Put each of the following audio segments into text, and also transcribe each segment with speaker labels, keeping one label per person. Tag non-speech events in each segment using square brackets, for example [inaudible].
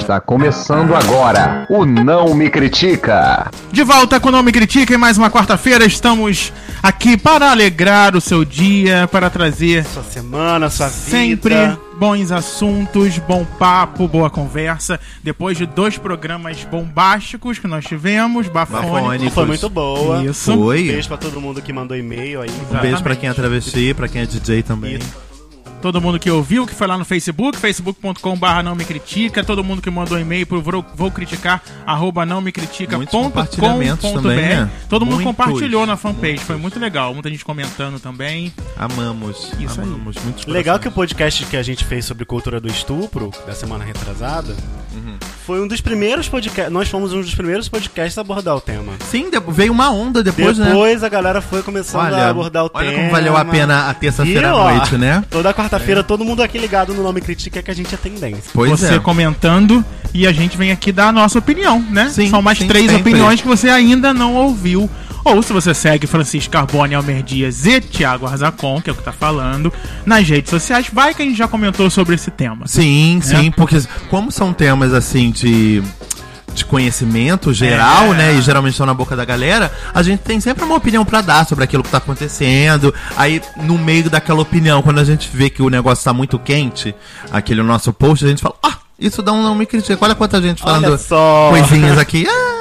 Speaker 1: Está começando agora o Não Me Critica.
Speaker 2: De volta com o Não Me Critica em mais uma quarta-feira. Estamos aqui para alegrar o seu dia, para trazer
Speaker 3: Sua semana, sua vida.
Speaker 2: sempre bons assuntos, bom papo, boa conversa. Depois de dois programas bombásticos que nós tivemos, Bafone.
Speaker 4: Bafone.
Speaker 3: Foi muito boa. Um
Speaker 2: Isso.
Speaker 4: Foi.
Speaker 3: Beijo pra todo mundo que mandou e-mail aí.
Speaker 4: Um beijo pra quem é
Speaker 2: Exatamente.
Speaker 4: travesti, pra quem é DJ também.
Speaker 2: Todo mundo que ouviu, que foi lá no Facebook, facebook.com.br não me critica. Todo mundo que mandou e-mail pro vou, vou criticar, arroba não me
Speaker 4: Muitos compartilhamentos também, né?
Speaker 2: Todo mundo
Speaker 4: Muitos,
Speaker 2: compartilhou na fanpage, foi muito legal. Muita gente comentando também.
Speaker 4: Amamos.
Speaker 2: Isso aí.
Speaker 4: amamos. Muitos
Speaker 3: Legal que o
Speaker 4: corações.
Speaker 3: podcast que a gente fez sobre cultura do estupro, da semana retrasada, foi um dos primeiros podcasts. Nós fomos um dos primeiros podcasts a abordar o tema.
Speaker 4: Sim, de- veio uma onda depois,
Speaker 3: Depois,
Speaker 4: né?
Speaker 3: a galera foi começando a
Speaker 4: Olha,
Speaker 3: abordar o tema.
Speaker 4: olha como valeu a pena a terça-feira
Speaker 3: E,
Speaker 4: à
Speaker 3: ó,
Speaker 4: noite, né?
Speaker 3: Toda quarta-feira, todo mundo aqui ligado no nome critica que a gente é tendência.
Speaker 4: Pois
Speaker 2: você
Speaker 4: é.
Speaker 2: comentando e a gente vem aqui dar a nossa opinião, né?
Speaker 4: Sim,
Speaker 2: São mais
Speaker 4: sim,
Speaker 2: três
Speaker 4: sempre.
Speaker 2: opiniões que você ainda não ouviu. Ou se você segue Francisco Carbone, Almer Dias e Thiago Arzacon, que é o que tá falando, nas redes sociais, vai que a gente já comentou sobre esse
Speaker 4: [laughs]
Speaker 2: tema.
Speaker 3: Né?
Speaker 4: Sim, sim, porque como são temas assim de, de conhecimento geral,
Speaker 2: É.
Speaker 4: né? E geralmente estão na boca da galera, a gente tem sempre uma opinião pra dar sobre aquilo que tá acontecendo. Aí, no meio daquela opinião, quando a gente vê que o negócio tá muito quente, aquele nosso post, a gente fala, ah, isso dá um não me critica. Olha quanta gente falando
Speaker 3: Olha só.
Speaker 4: coisinhas aqui. Ah!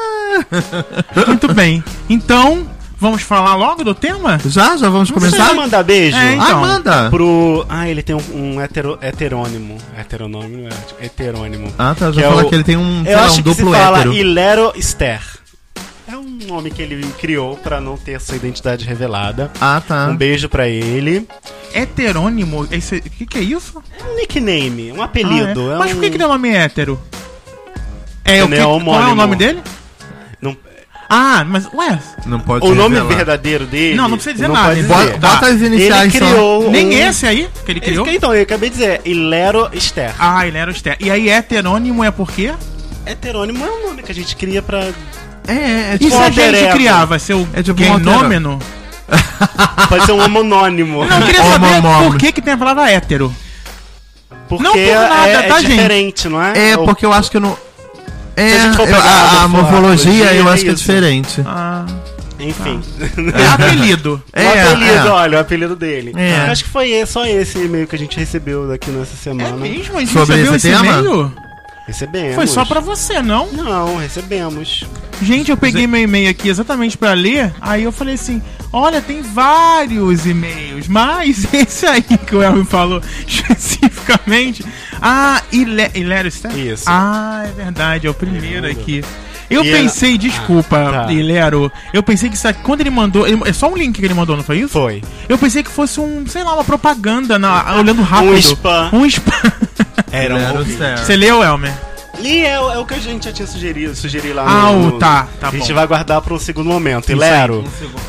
Speaker 2: Muito bem. Então, vamos falar logo do tema?
Speaker 4: Já? Já vamos
Speaker 3: Você já
Speaker 4: começar?
Speaker 3: mandar beijo?
Speaker 2: É,
Speaker 4: Ah,
Speaker 2: então.
Speaker 4: manda!
Speaker 3: Pro. Ah, ele tem um, um hetero, heterônimo. Heteronômio, é, heterônimo.
Speaker 4: Ah, tá. Já
Speaker 3: Que é
Speaker 4: falar
Speaker 3: o-
Speaker 4: que ele tem um, sei
Speaker 3: Eu
Speaker 4: lá,
Speaker 3: acho
Speaker 4: um
Speaker 3: que se
Speaker 4: duplo
Speaker 3: fala
Speaker 4: hétero.
Speaker 3: Hilero Ster. É um nome que ele criou pra não ter sua identidade revelada.
Speaker 4: Ah, tá.
Speaker 3: Um beijo pra ele.
Speaker 2: Heterônimo? Esse- O que, que é isso?
Speaker 3: É um nickname, um
Speaker 2: Ah,
Speaker 3: apelido.
Speaker 2: é.
Speaker 3: é
Speaker 2: Mas
Speaker 3: um...
Speaker 2: por que, que deu nome hétero? É, o
Speaker 3: Ele
Speaker 2: que,
Speaker 3: é
Speaker 2: qual é o
Speaker 3: homônimo.
Speaker 2: nome dele?
Speaker 3: Não-
Speaker 2: Ah, mas, ué,
Speaker 4: Não pode
Speaker 3: O nome
Speaker 4: revelar.
Speaker 3: verdadeiro dele.
Speaker 2: Não, não precisa dizer
Speaker 3: não
Speaker 2: nada,
Speaker 3: pode
Speaker 2: ele-
Speaker 4: Bota,
Speaker 3: dizer.
Speaker 2: Tá.
Speaker 4: bota as
Speaker 3: Ele
Speaker 4: iniciais só.
Speaker 3: criou.
Speaker 2: nem
Speaker 3: um-
Speaker 2: esse aí que ele criou?
Speaker 3: Ele- Então, eu acabei de dizer, Hilero Ster.
Speaker 2: Ah, ele era o Sté. E aí, heterônimo é por quê?
Speaker 3: Heterônimo é um nome que a gente cria pra.
Speaker 4: É, é, é
Speaker 2: E se
Speaker 4: tipo-
Speaker 2: a
Speaker 3: alter
Speaker 2: gente
Speaker 3: ego.
Speaker 2: criava seu
Speaker 4: É tipo um alter
Speaker 2: gaynômeno?
Speaker 3: Pode ser
Speaker 4: [laughs]
Speaker 3: um homonônimo.
Speaker 2: Não, eu queria
Speaker 4: Homo,
Speaker 2: saber
Speaker 4: homo.
Speaker 2: por que, que tem a palavra hétero.
Speaker 3: Porque
Speaker 2: não por nada,
Speaker 3: é, é
Speaker 2: tá, gente?
Speaker 3: diferente, não é?
Speaker 4: É,
Speaker 3: Ou-
Speaker 4: porque eu acho que eu não. É,
Speaker 3: a gente for
Speaker 4: eu-
Speaker 3: pegar
Speaker 4: a,
Speaker 3: a
Speaker 4: a
Speaker 3: morfologia,
Speaker 4: morfologia eu
Speaker 3: é
Speaker 4: acho que é
Speaker 3: isso.
Speaker 4: diferente.
Speaker 2: Ah, [laughs]
Speaker 3: Enfim.
Speaker 2: é apelido.
Speaker 4: É,
Speaker 3: o apelido,
Speaker 4: é.
Speaker 3: olha, o apelido dele.
Speaker 4: É.
Speaker 3: Eu Acho que foi esse- só esse e-mail que a gente recebeu daqui nessa
Speaker 2: É
Speaker 3: semana.
Speaker 2: mesmo? A gente
Speaker 4: Sobre
Speaker 2: recebeu esse
Speaker 4: esse tema?
Speaker 2: e-mail?
Speaker 3: Recebemos.
Speaker 2: Foi só pra você, não?
Speaker 3: Não, recebemos.
Speaker 2: Gente, eu
Speaker 3: é-
Speaker 2: peguei meu e-mail aqui exatamente pra ler, aí eu falei assim, olha, tem vários e-mails, mas [laughs] esse aí que o Elvin falou [laughs] especificamente. Ah, Ile- Hilério Sté?
Speaker 3: Isso.
Speaker 2: Ah, é verdade, é o primeiro
Speaker 3: Segundo.
Speaker 2: aqui. Eu
Speaker 3: E
Speaker 2: pensei, desculpa,
Speaker 3: tá.
Speaker 2: Hilero, eu pensei que isso aqui, quando ele mandou, ele- é só um link que ele mandou, não foi isso?
Speaker 3: Foi.
Speaker 2: Eu pensei que fosse um, sei lá, uma propaganda, na, olhando rápido.
Speaker 3: Um spam.
Speaker 2: Um spam. [laughs]
Speaker 3: Era um
Speaker 4: Era
Speaker 3: ouvinte.
Speaker 4: certo.
Speaker 2: Você leu, Elmer?
Speaker 3: E é, o- é o que a gente já tinha sugerido, sugeri lá
Speaker 2: Ah,
Speaker 3: no...
Speaker 2: o-
Speaker 3: no-
Speaker 2: tá, tá
Speaker 3: A gente
Speaker 2: bom. um
Speaker 3: vai guardar para um segundo momento. E Lero,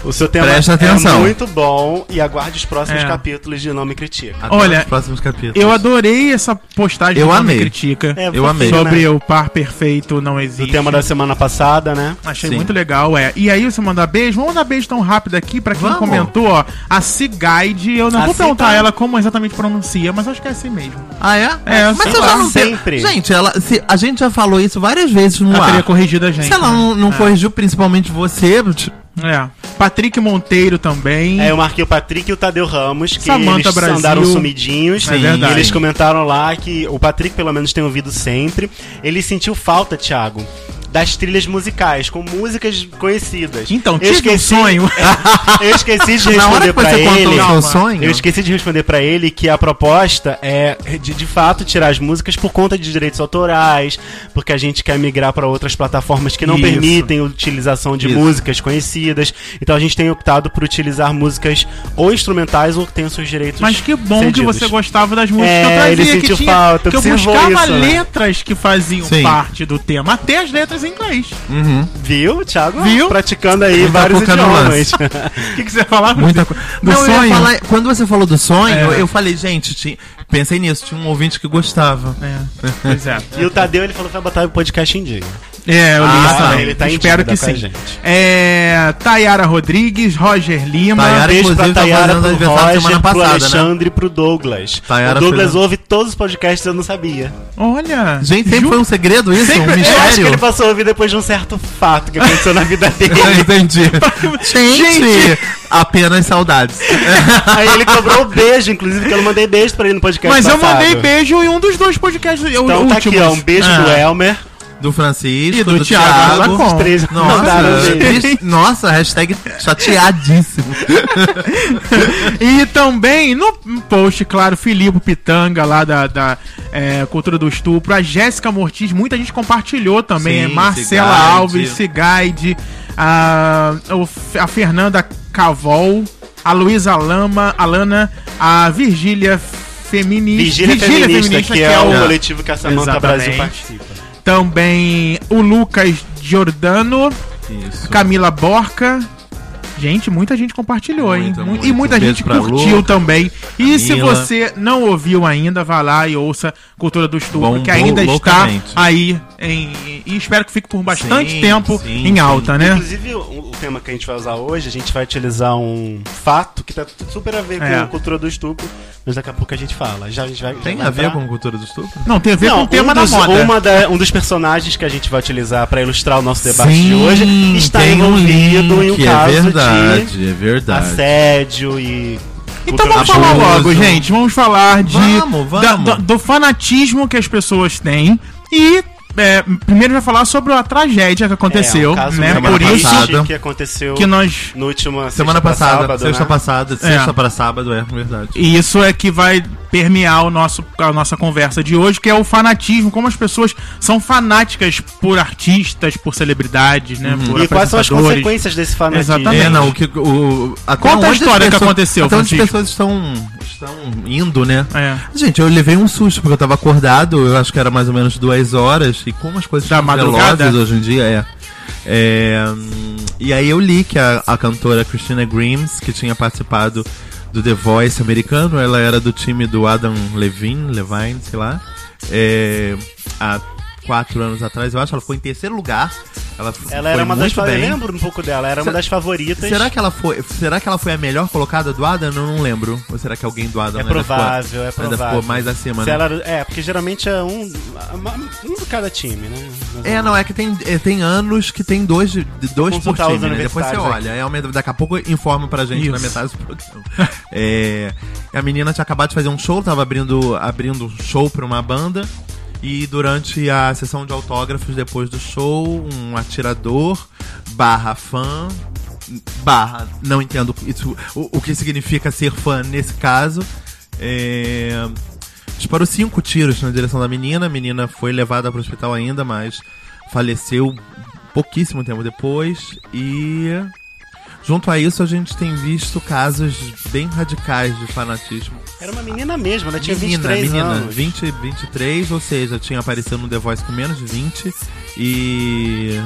Speaker 3: o seu tema
Speaker 4: Presta
Speaker 3: é
Speaker 4: atenção.
Speaker 3: muito bom e aguarde os próximos
Speaker 2: É.
Speaker 3: capítulos de Nome Critica.
Speaker 4: Até
Speaker 2: Olha,
Speaker 4: os próximos capítulos.
Speaker 2: Eu adorei essa postagem
Speaker 4: Eu
Speaker 2: do Não Me
Speaker 4: amei.
Speaker 2: Critica.
Speaker 3: É,
Speaker 4: Eu amei.
Speaker 3: fofinho,
Speaker 2: sobre
Speaker 3: né?
Speaker 2: o par perfeito não
Speaker 3: o
Speaker 2: existe.
Speaker 3: tema da semana passada, né?
Speaker 2: Achei
Speaker 4: Sim.
Speaker 2: muito legal, é. E aí, você mandar beijo? Vamos mandar beijo tão rápido aqui pra quem
Speaker 4: Vamos.
Speaker 2: comentou, ó. A Cigaide, eu não
Speaker 3: A
Speaker 2: vou perguntar a
Speaker 3: Cigaide.
Speaker 2: ela como exatamente pronuncia, mas acho que é assim mesmo.
Speaker 4: Ah, é?
Speaker 2: É,
Speaker 4: mas
Speaker 2: sei
Speaker 4: eu
Speaker 3: lá.
Speaker 4: já não sei.
Speaker 3: Sempre.
Speaker 4: Gente, ela, se, a gente já falou isso várias vezes no
Speaker 2: Ela teria
Speaker 4: ar.
Speaker 2: corrigido a gente.
Speaker 4: Se ela não, não
Speaker 3: É.
Speaker 4: corrigiu principalmente você, tipo, t-
Speaker 2: É. Patrick Monteiro também.
Speaker 3: É, eu marquei o Patrick e o Tadeu Ramos, que
Speaker 2: Samantha
Speaker 3: eles
Speaker 2: Brasil.
Speaker 3: andaram sumidinhos.
Speaker 2: É
Speaker 3: E
Speaker 2: verdade.
Speaker 3: Eles comentaram lá que o Patrick, pelo menos, tem ouvido sempre. Ele sentiu falta, Thiago, das trilhas musicais, com músicas conhecidas.
Speaker 2: Então,
Speaker 3: eu
Speaker 2: tive
Speaker 3: esqueci, É.
Speaker 2: um sonho.
Speaker 3: [laughs] Eu esqueci de
Speaker 4: na hora
Speaker 3: responder
Speaker 4: que
Speaker 3: pra
Speaker 4: você contou
Speaker 3: ele.
Speaker 4: o seu
Speaker 2: Calma.
Speaker 4: sonho.
Speaker 3: Eu esqueci de responder pra ele que a proposta é, de, de fato, tirar as músicas por conta de direitos autorais, porque a gente quer migrar pra outras plataformas que não
Speaker 2: Isso.
Speaker 3: permitem utilização de
Speaker 4: Isso.
Speaker 3: músicas conhecidas. Então a gente tem optado por utilizar músicas ou instrumentais ou que tenham seus direitos.
Speaker 2: Mas que bom que
Speaker 3: cedidos.
Speaker 2: você gostava das músicas
Speaker 3: É,
Speaker 2: que eu trazia,
Speaker 3: ele
Speaker 2: que,
Speaker 3: sentiu falta,
Speaker 2: que eu
Speaker 3: observou
Speaker 2: buscava
Speaker 3: isso, né?
Speaker 2: letras que faziam
Speaker 4: Sim.
Speaker 2: parte do tema, até as letras em inglês.
Speaker 4: Uhum.
Speaker 3: Viu, Thiago?
Speaker 2: Viu?
Speaker 3: Praticando aí
Speaker 2: tá
Speaker 4: Muita
Speaker 3: vários
Speaker 4: coca no
Speaker 3: idiomas. [laughs]
Speaker 2: O que, que você ia falar?
Speaker 4: Muita coisa.
Speaker 2: Do
Speaker 4: Não, eu
Speaker 2: sonho?
Speaker 4: ia falar, quando você falou do sonho,
Speaker 2: É.
Speaker 4: eu falei, gente, ti- pensei nisso, tinha um ouvinte que gostava.
Speaker 2: É, pois é.
Speaker 3: e o Tadeu, ele falou que vai botar o podcast em dia.
Speaker 2: É, eu li
Speaker 4: Ah,
Speaker 2: isso
Speaker 4: tá.
Speaker 2: também.
Speaker 3: Ele tá em
Speaker 2: Espero que
Speaker 3: dívida com a
Speaker 2: sim.
Speaker 3: gente.
Speaker 2: É, Tayara Rodrigues, Roger Lima.
Speaker 4: Tayara,
Speaker 3: Um Beijo pra
Speaker 4: inclusive, tá
Speaker 3: Tayara,
Speaker 4: fazendo
Speaker 3: pro
Speaker 4: aniversário
Speaker 3: Roger,
Speaker 4: semana
Speaker 3: pro
Speaker 4: passada, né?
Speaker 3: Alexandre e pro Douglas.
Speaker 4: Tayara
Speaker 3: o Douglas
Speaker 4: Fernandes.
Speaker 3: ouve todos os podcasts, eu não sabia.
Speaker 2: Olha.
Speaker 4: Gente, sempre
Speaker 2: ju-
Speaker 4: foi um segredo isso?
Speaker 2: Sempre-
Speaker 4: Um
Speaker 2: eu
Speaker 3: Eu acho que
Speaker 4: mistério?
Speaker 3: ele passou a ouvir depois de um certo fato que aconteceu na vida dele.
Speaker 4: [laughs] Entendi. Gente, apenas saudades.
Speaker 3: Aí ele cobrou o beijo, inclusive, que eu não mandei beijo pra ele no podcast
Speaker 2: Mas eu
Speaker 3: passado.
Speaker 2: mandei beijo em um dos dois podcasts. eu-
Speaker 3: Então tá aqui,
Speaker 2: últimos.
Speaker 3: ó, um beijo do
Speaker 4: Ah.
Speaker 3: Elmer.
Speaker 4: Do Francisco,
Speaker 2: E do
Speaker 4: do,
Speaker 2: Thiago. tá
Speaker 4: Thiago.
Speaker 2: Bom,
Speaker 3: Os três mandaram
Speaker 4: Nossa,
Speaker 3: beijo.
Speaker 4: triste- nossa, hashtag chateadíssimo.
Speaker 2: E também no post, claro, Filipe Pitanga, lá da, da, é, Cultura do Estupro, a Jéssica Mortiz, muita gente compartilhou também.
Speaker 4: Sim,
Speaker 2: é Marcela
Speaker 4: Cigaide.
Speaker 2: Alves, Cigaide, a, o F- a Fernanda Cavol, a Luísa Lama, Alana, a Virgília Feminista.
Speaker 3: Vigília, Feminista, que, é, o coletivo que a Samanta
Speaker 2: Exatamente.
Speaker 3: Brasil participa.
Speaker 2: Também o Lucas Giordano,
Speaker 4: Isso.
Speaker 2: Camila Borca. Gente, muita gente compartilhou,
Speaker 4: Muita,
Speaker 2: hein?
Speaker 4: muita.
Speaker 2: E muita
Speaker 4: Beijo
Speaker 2: gente
Speaker 4: pra
Speaker 2: curtiu
Speaker 4: Lu,
Speaker 2: também. E se
Speaker 4: Camila.
Speaker 2: você não ouviu ainda, vá lá e ouça Cultura do Estupro,
Speaker 4: Bombou
Speaker 2: que ainda está
Speaker 4: loucamente.
Speaker 2: aí em- e espero que fique por bastante
Speaker 4: Sim,
Speaker 2: tempo
Speaker 4: sim,
Speaker 2: em
Speaker 4: sim.
Speaker 2: alta, né?
Speaker 3: Inclusive, o, o tema que a gente vai usar hoje, a gente vai utilizar um fato que tá super a ver
Speaker 2: É.
Speaker 3: com a cultura do estupro, mas daqui a pouco a gente fala. Já, a gente vai,
Speaker 4: Tem
Speaker 3: já vai
Speaker 4: a ver
Speaker 3: entrar.
Speaker 4: com cultura do estupro?
Speaker 2: Não, tem a ver
Speaker 3: Não,
Speaker 2: com o tema
Speaker 3: um
Speaker 2: da
Speaker 3: dos,
Speaker 2: moda.
Speaker 3: uma da- um dos personagens que a gente vai utilizar pra ilustrar o nosso debate
Speaker 4: Sim,
Speaker 3: de hoje está
Speaker 4: tem um
Speaker 3: envolvido em um
Speaker 4: link,
Speaker 3: caso
Speaker 4: é verdade,
Speaker 3: de
Speaker 4: é verdade.
Speaker 3: assédio e.
Speaker 2: Então vamos
Speaker 3: cultura-
Speaker 2: falar
Speaker 4: Abuso.
Speaker 2: logo, gente. Vamos falar de
Speaker 4: Vamos, vamos.
Speaker 2: da- do, do fanatismo que as pessoas têm e é, primeiro vai falar sobre a tragédia que aconteceu,
Speaker 3: É, um caso
Speaker 2: né?
Speaker 3: muito
Speaker 2: Por isso
Speaker 4: passada.
Speaker 3: triste que aconteceu
Speaker 2: que nós
Speaker 3: no último
Speaker 4: Semana passada, sexta
Speaker 3: né?
Speaker 4: passada, sexta pra sábado, é verdade.
Speaker 2: E isso é que vai permear o nosso, a nossa conversa de hoje, que é o fanatismo, como as pessoas são fanáticas por artistas, por celebridades, né? Por
Speaker 3: Uhum. E quais são as
Speaker 2: apresentadores.
Speaker 3: consequências desse fanatismo?
Speaker 2: Exatamente.
Speaker 4: É, não, o que o até
Speaker 2: Conta a
Speaker 4: onde as
Speaker 2: história que aconteceu,
Speaker 4: Até onde as
Speaker 2: Francisco.
Speaker 4: pessoas estão estão indo, né?
Speaker 2: É.
Speaker 4: Gente, eu levei um susto porque eu tava acordado, eu acho que era mais ou menos duas horas, e como as coisas
Speaker 2: Da
Speaker 4: são
Speaker 2: madrugada?
Speaker 4: velozes hoje em dia, é. É, hum, e aí eu li que a, a cantora Christina Grimes, que tinha participado do The Voice americano, ela era do time do Adam Levine, Levine, sei lá, é, há quatro anos atrás, eu acho, ela foi em terceiro lugar. Ela, f-
Speaker 3: Ela
Speaker 4: foi
Speaker 3: era uma das
Speaker 4: muito
Speaker 3: favoritas.
Speaker 4: bem.
Speaker 3: Eu lembro um pouco dela, era uma
Speaker 4: Será-
Speaker 3: das favoritas.
Speaker 4: Será que ela foi, será que ela foi a melhor colocada do Adam? Eu não lembro. Ou será que alguém do Adam
Speaker 3: É
Speaker 4: ainda ficou-
Speaker 3: provável, é
Speaker 4: Ainda
Speaker 3: provável.
Speaker 4: ficou mais acima,
Speaker 3: Se
Speaker 4: né?
Speaker 3: ela era- É, porque geralmente é um. Um de cada time, né?
Speaker 4: É, não, é que tem, é, tem anos que tem dois, de- dois por
Speaker 3: consultar
Speaker 4: time,
Speaker 3: os
Speaker 4: né? Depois você
Speaker 3: universitários
Speaker 4: olha. É, uma- daqui a pouco informa pra gente
Speaker 2: Isso.
Speaker 4: na metade do programa. [laughs] é, a menina tinha acabado de fazer um show, tava abrindo, abrindo um show pra uma banda. E durante a sessão de autógrafos, depois do show, um atirador barra fã barra não entendo isso, o, o que significa ser fã nesse caso é, disparou cinco tiros na direção da menina. A menina foi levada para o hospital ainda, mas faleceu pouquíssimo tempo depois. E junto a isso a gente tem visto casos bem radicais de fanatismo.
Speaker 3: Era uma menina mesmo, ela tinha
Speaker 4: menina,
Speaker 3: 23
Speaker 4: menina,
Speaker 3: anos.
Speaker 4: 20, 23, ou seja, tinha aparecido no The Voice com menos de 20 e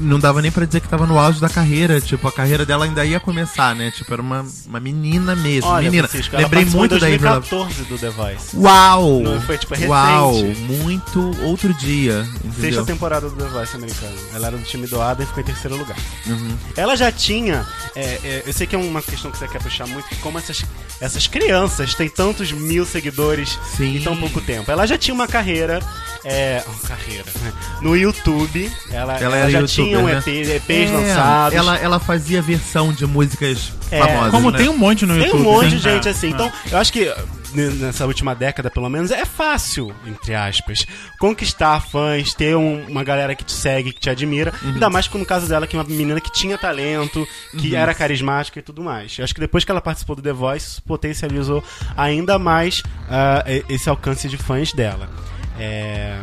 Speaker 4: não dava nem pra dizer que tava no auge da carreira, tipo, a carreira dela ainda ia começar, né? Tipo, era uma, uma menina mesmo,
Speaker 3: Olha,
Speaker 4: menina.
Speaker 3: Francisco, ela
Speaker 4: Lembrei
Speaker 3: participou
Speaker 4: muito
Speaker 3: em
Speaker 4: da Avril Lavigne.
Speaker 3: 2014 do The Voice.
Speaker 4: Uau!
Speaker 3: Não, foi, tipo, recente.
Speaker 4: Uau! Muito outro dia.
Speaker 3: Sexta
Speaker 4: Entendeu?
Speaker 3: temporada do The Voice americano. Ela era do time do Adam e ficou em terceiro lugar.
Speaker 4: Uhum.
Speaker 3: Ela já tinha. é, é, eu sei que é uma questão que você quer puxar muito, que como essas, essas crianças têm tantos mil seguidores
Speaker 4: Sim.
Speaker 3: em tão pouco tempo. Ela já tinha uma carreira. É, oh, carreira. né? No YouTube. Ela,
Speaker 4: Ela
Speaker 3: ela
Speaker 4: era
Speaker 3: já
Speaker 4: youtuber,
Speaker 3: tinha um
Speaker 4: né?
Speaker 3: EP, EPs lançados.
Speaker 4: Ela, ela fazia versão de músicas
Speaker 3: É,
Speaker 4: famosas.
Speaker 2: Como
Speaker 4: né?
Speaker 2: tem um monte no
Speaker 3: Tem
Speaker 2: YouTube.
Speaker 3: um monte de
Speaker 2: né?
Speaker 3: gente
Speaker 2: É,
Speaker 3: assim.
Speaker 2: é.
Speaker 3: Então, eu acho que n- nessa última década, pelo menos, é fácil, entre aspas, conquistar fãs, ter um- uma galera que te segue, que te admira.
Speaker 2: Uhum.
Speaker 3: Ainda mais que no caso dela, que é uma menina que tinha talento,
Speaker 2: Uhum.
Speaker 3: que era carismática e tudo mais. Eu acho que depois que ela participou do The Voice, isso potencializou ainda mais ah, e- esse alcance de fãs dela. É.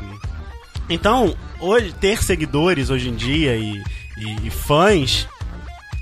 Speaker 3: Então, hoje, ter seguidores hoje em dia e, e- e fãs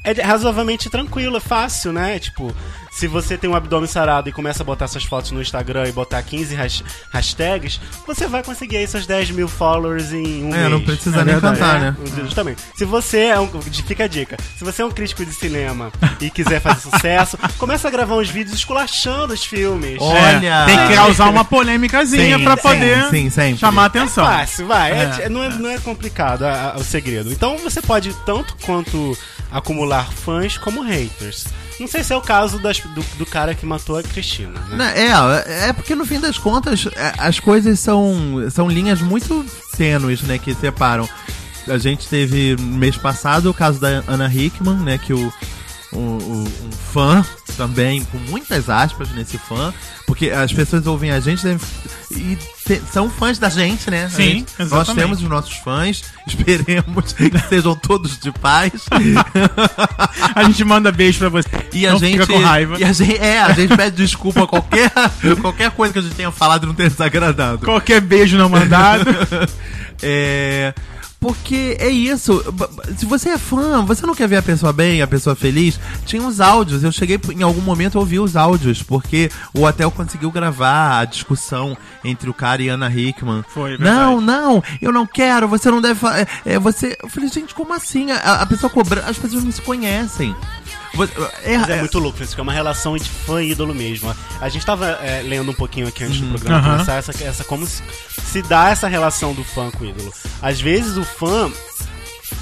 Speaker 3: é razoavelmente tranquilo, é fácil, né? Tipo, se você tem um abdômen sarado e começa a botar suas fotos no Instagram e botar 15 has- hashtags, você vai conseguir aí seus 10 mil followers em um
Speaker 4: É,
Speaker 3: mês.
Speaker 4: não precisa
Speaker 2: É
Speaker 4: nem
Speaker 2: verdade.
Speaker 4: cantar, né?
Speaker 3: É, Justamente. Se você é um. Fica a dica. Se você é um crítico de cinema e quiser
Speaker 4: [laughs]
Speaker 3: fazer sucesso, começa a gravar uns vídeos esculachando os filmes.
Speaker 4: Ó,
Speaker 2: É,
Speaker 4: Olha!
Speaker 2: tem que causar uma polêmicazinha
Speaker 4: Sim,
Speaker 2: pra
Speaker 4: sim,
Speaker 2: poder
Speaker 4: sim, sempre.
Speaker 2: chamar a
Speaker 3: É
Speaker 2: atenção.
Speaker 3: fácil, vai. É,
Speaker 2: É,
Speaker 3: é, não, é, não é complicado a- a- o segredo. Então você pode tanto quanto acumular fãs como haters. Não sei se é o caso das- do, do cara que matou a Cristina. Né?
Speaker 4: Né, É, é porque no fim das contas é, as coisas são, são linhas muito tênues, né, que separam. A gente teve no mês passado o caso da Ana Hickman, né, que o, o- o- um fã também, com muitas aspas nesse fã, porque as pessoas ouvem a gente devem- e te- são fãs da gente, né? A
Speaker 2: Sim,
Speaker 4: gente- Nós
Speaker 2: exatamente.
Speaker 4: temos os nossos fãs, [laughs] esperemos que sejam todos de paz.
Speaker 2: [laughs] A gente manda beijo pra você.
Speaker 4: E a
Speaker 2: não
Speaker 4: gente.
Speaker 2: fica com raiva.
Speaker 4: E a gente, é, a gente pede desculpa a qualquer, [laughs] qualquer coisa que a gente tenha falado e não tenha desagradado.
Speaker 2: Qualquer beijo não mandado.
Speaker 4: [laughs]
Speaker 3: [laughs]
Speaker 4: É. Porque é isso. b- b- Se você é fã, você não quer ver a pessoa bem, a pessoa feliz. Tinha os áudios. Eu cheguei p- em algum momento a ouvir os áudios, porque o hotel conseguiu gravar a discussão entre o cara e Ana Hickman.
Speaker 2: Foi, verdade.
Speaker 4: Não, não, eu não quero, você não deve. fa- é, é, você. Eu falei, gente, como assim? A, a pessoa cobra. As pessoas não se conhecem. Você- é-
Speaker 3: Mas é
Speaker 4: é-
Speaker 3: muito louco isso, que é uma relação de fã e ídolo mesmo. A gente tava é, lendo um pouquinho aqui antes do programa
Speaker 2: Uhum. Aham.
Speaker 3: começar, essa, essa, como se, se dá essa relação do fã com o ídolo. Às vezes o fã.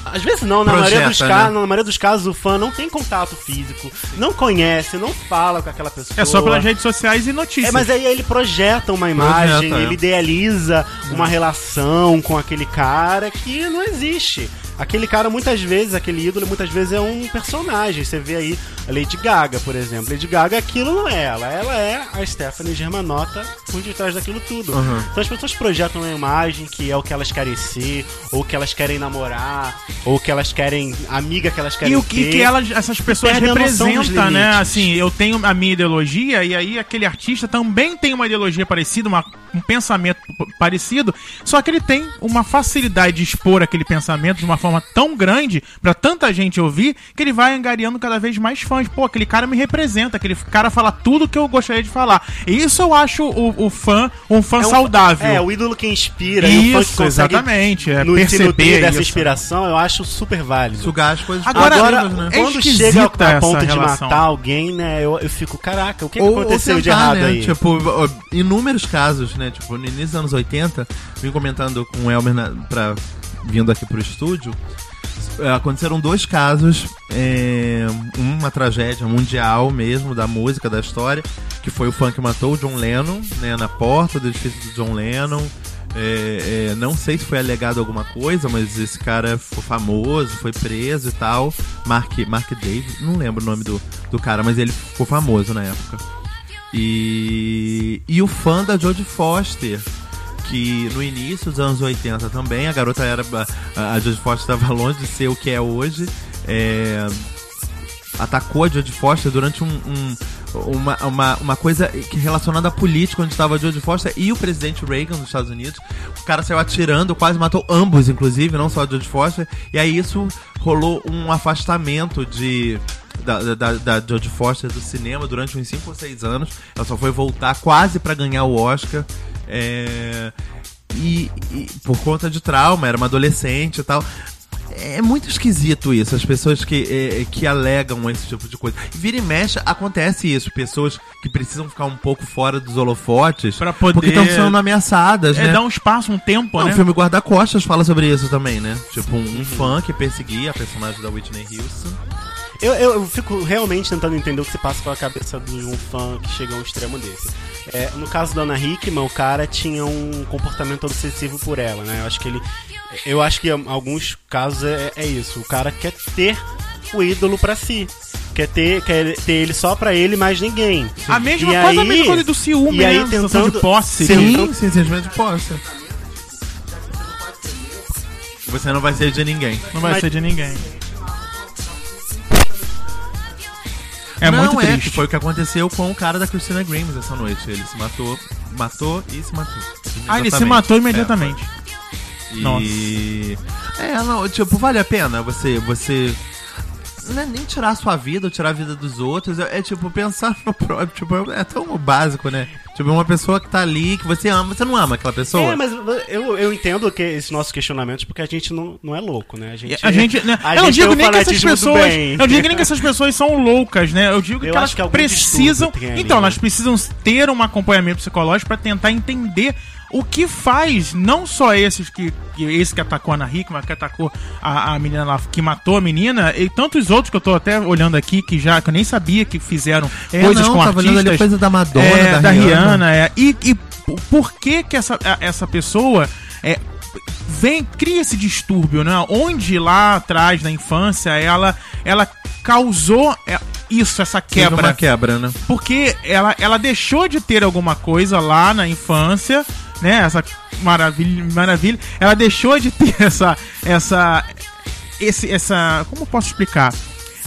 Speaker 3: Às vezes não, na,
Speaker 4: Projeta,
Speaker 3: maioria dos
Speaker 4: né?
Speaker 3: casos, na maioria dos casos o fã não tem contato físico, não conhece, não fala com aquela pessoa.
Speaker 2: É só pelas redes sociais e notícias.
Speaker 3: É, mas aí ele projeta uma imagem,
Speaker 4: Projeta, é.
Speaker 3: ele idealiza uma relação com aquele cara que não existe. Aquele cara, muitas vezes, aquele ídolo, muitas vezes é um personagem. Você vê aí a Lady Gaga, por exemplo. Lady Gaga, aquilo não é ela. Ela é a Stephanie Germanotta por detrás daquilo tudo.
Speaker 2: Uhum.
Speaker 3: Então as pessoas projetam uma imagem que é o que elas querem ser, ou que elas querem namorar, ou que elas querem amiga que elas querem
Speaker 2: E o que,
Speaker 3: ter.
Speaker 2: que elas, essas pessoas
Speaker 3: Perdem a noção dos
Speaker 2: representam, né?
Speaker 3: limites.
Speaker 2: Assim, eu tenho a minha ideologia e aí aquele artista também tem uma ideologia parecida, uma- um pensamento p- parecido, só que ele tem uma facilidade de expor aquele pensamento de uma forma tão grande pra tanta gente ouvir que ele vai angariando cada vez mais fãs. Pô, aquele cara me representa, aquele cara fala tudo que eu gostaria de falar. E isso eu acho o, o fã um fã
Speaker 3: É um-
Speaker 2: saudável.
Speaker 3: É, o ídolo que inspira. e o fã que
Speaker 2: Isso,
Speaker 3: consegue
Speaker 2: exatamente. É,
Speaker 3: no perceber
Speaker 2: perceber
Speaker 3: dessa
Speaker 2: isso.
Speaker 3: inspiração, eu acho super válido.
Speaker 4: Sugar as coisas
Speaker 2: Agora-
Speaker 3: Agora,
Speaker 4: positivas, né?
Speaker 2: é
Speaker 3: quando
Speaker 2: esquisita
Speaker 3: chega a,
Speaker 2: essa
Speaker 3: a ponto de
Speaker 2: relação.
Speaker 3: matar alguém, né, eu, eu fico, caraca, o que, que
Speaker 4: Ou-
Speaker 3: aconteceu
Speaker 4: ou
Speaker 3: de
Speaker 4: tentar,
Speaker 3: errado
Speaker 4: né?
Speaker 3: aí?
Speaker 4: Tipo, ó, inúmeros casos, né? Tipo, no início dos anos 80, vim comentando com o Elmer na, pra- vindo aqui pro estúdio. é, Aconteceram dois casos, é, uma tragédia mundial mesmo, da música, da história, que foi o fã que matou o John Lennon, né, na porta do edifício do John Lennon. É, é, não sei se foi alegado alguma coisa, mas esse cara foi famoso, foi preso e tal. Mark, Mark Davis, não lembro o nome do, do cara, mas ele ficou famoso na época. E, e o fã da Jodie Foster, que no início dos anos 80 também, a garota era. A, a Jodie Foster estava [laughs] longe de ser o que é hoje. é, atacou a Jodie Foster durante um- um- uma, uma, uma coisa que- relacionada à política, onde estava a Jodie Foster e o presidente Reagan dos Estados Unidos. O cara saiu atirando, quase matou ambos, inclusive, não só a Jodie Foster. E aí isso rolou um afastamento de... Da, da- da, da Jodie Foster do cinema durante uns 5 ou 6 anos. Ela só foi voltar quase para ganhar o Oscar. É, e- e por conta de trauma, era uma adolescente e tal. É muito esquisito isso, as pessoas que, é, é, que alegam esse tipo de coisa. Vira e mexe, acontece isso. Pessoas que precisam ficar um pouco fora dos holofotes
Speaker 2: Pra poder-
Speaker 4: porque estão sendo ameaçadas,
Speaker 2: É
Speaker 4: né?
Speaker 2: dar um espaço, um tempo,
Speaker 4: Não,
Speaker 2: né?
Speaker 4: O filme Guarda-Costas fala sobre isso também, né? Tipo, um, um fã que perseguia a personagem da Whitney Houston.
Speaker 3: Eu, eu, eu fico realmente tentando entender o que se passa pela cabeça de um fã que chega a um extremo desse. É, no caso da Ana Hickman, o cara tinha um comportamento obsessivo por ela, né? Eu acho que ele. Eu acho que em alguns casos é, é isso. O cara quer ter o ídolo pra si. Quer ter, quer ter ele só pra ele, mais ninguém.
Speaker 2: A mesma
Speaker 3: E
Speaker 2: coisa, a
Speaker 3: aí-
Speaker 2: mesma coisa do ciúme,
Speaker 3: e aí
Speaker 2: né? Sensação
Speaker 3: tentando-
Speaker 2: de posse.
Speaker 3: Sim.
Speaker 4: Sim, simplesmente posta. Você não vai ser de ninguém.
Speaker 2: Não vai
Speaker 3: Mas-
Speaker 2: ser de ninguém. É
Speaker 4: não
Speaker 2: muito
Speaker 4: é,
Speaker 2: triste.
Speaker 4: que foi o que aconteceu com o cara da Christina Grimes essa noite. Ele se matou, matou e se matou.
Speaker 2: Ah, ele se
Speaker 4: Imediatamente.
Speaker 2: matou imediatamente.
Speaker 4: É,
Speaker 2: Nossa.
Speaker 4: e... É, não, tipo, vale a pena você, você não é nem tirar a sua vida ou tirar a vida dos outros, é, é, tipo pensar no [laughs] próprio. Tipo, é tão básico, né? Tipo, uma pessoa que tá ali, que você ama, você não ama aquela pessoa.
Speaker 3: É, mas eu, eu entendo que esses nossos questionamentos, porque a gente não, não é louco, né? A gente,
Speaker 2: A gente, né,
Speaker 3: a
Speaker 2: eu não
Speaker 3: gente
Speaker 2: digo
Speaker 3: tem o
Speaker 2: nem que essas
Speaker 3: fanatismo do
Speaker 2: pessoas,
Speaker 3: bem.
Speaker 2: eu não digo nem que essas pessoas são loucas, né? Eu digo
Speaker 3: Eu
Speaker 2: que elas
Speaker 3: acho que algum
Speaker 2: precisam,
Speaker 3: distúrbio tem ali,
Speaker 2: então
Speaker 3: né?
Speaker 2: elas precisam ter um acompanhamento psicológico pra tentar entender o que faz não só esses que, que esse que atacou a Ana Hickman, que atacou a, a menina lá que matou a menina e tantos outros que eu tô até olhando aqui que já que eu nem sabia que fizeram
Speaker 4: É,
Speaker 2: coisas
Speaker 4: não,
Speaker 2: com
Speaker 4: tava olhando ali
Speaker 2: artistas
Speaker 4: coisa da Madonna,
Speaker 2: é,
Speaker 4: da
Speaker 2: da,
Speaker 4: Rihanna.
Speaker 2: Rihanna, é. E, e p- por que que essa, a- essa pessoa é, vem cria esse distúrbio, né? Onde lá atrás na infância ela ela causou é, isso, essa
Speaker 4: Teve
Speaker 2: quebra.
Speaker 4: uma quebra, né?
Speaker 2: Porque ela, ela deixou de ter alguma coisa lá na infância, né? Essa maravilha, maravilha. Ela deixou de ter essa essa esse essa, como eu posso explicar?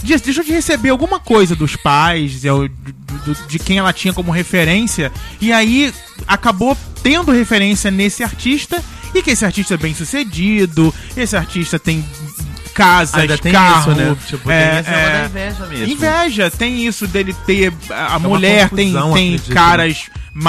Speaker 2: De- Deixou de receber alguma coisa dos pais, de, de- de quem ela tinha como referência, e aí acabou tendo referência nesse artista, e que esse artista é bem sucedido, esse artista tem casas,
Speaker 4: Ainda tem
Speaker 2: carro,
Speaker 4: isso, né? Tipo, tem
Speaker 2: é,
Speaker 4: esse negócio
Speaker 2: é,
Speaker 4: da inveja mesmo. É
Speaker 2: Inveja, tem isso dele ter. A a
Speaker 4: uma
Speaker 2: mulher tem,
Speaker 4: confusão,
Speaker 2: tem
Speaker 4: acredito,
Speaker 2: caras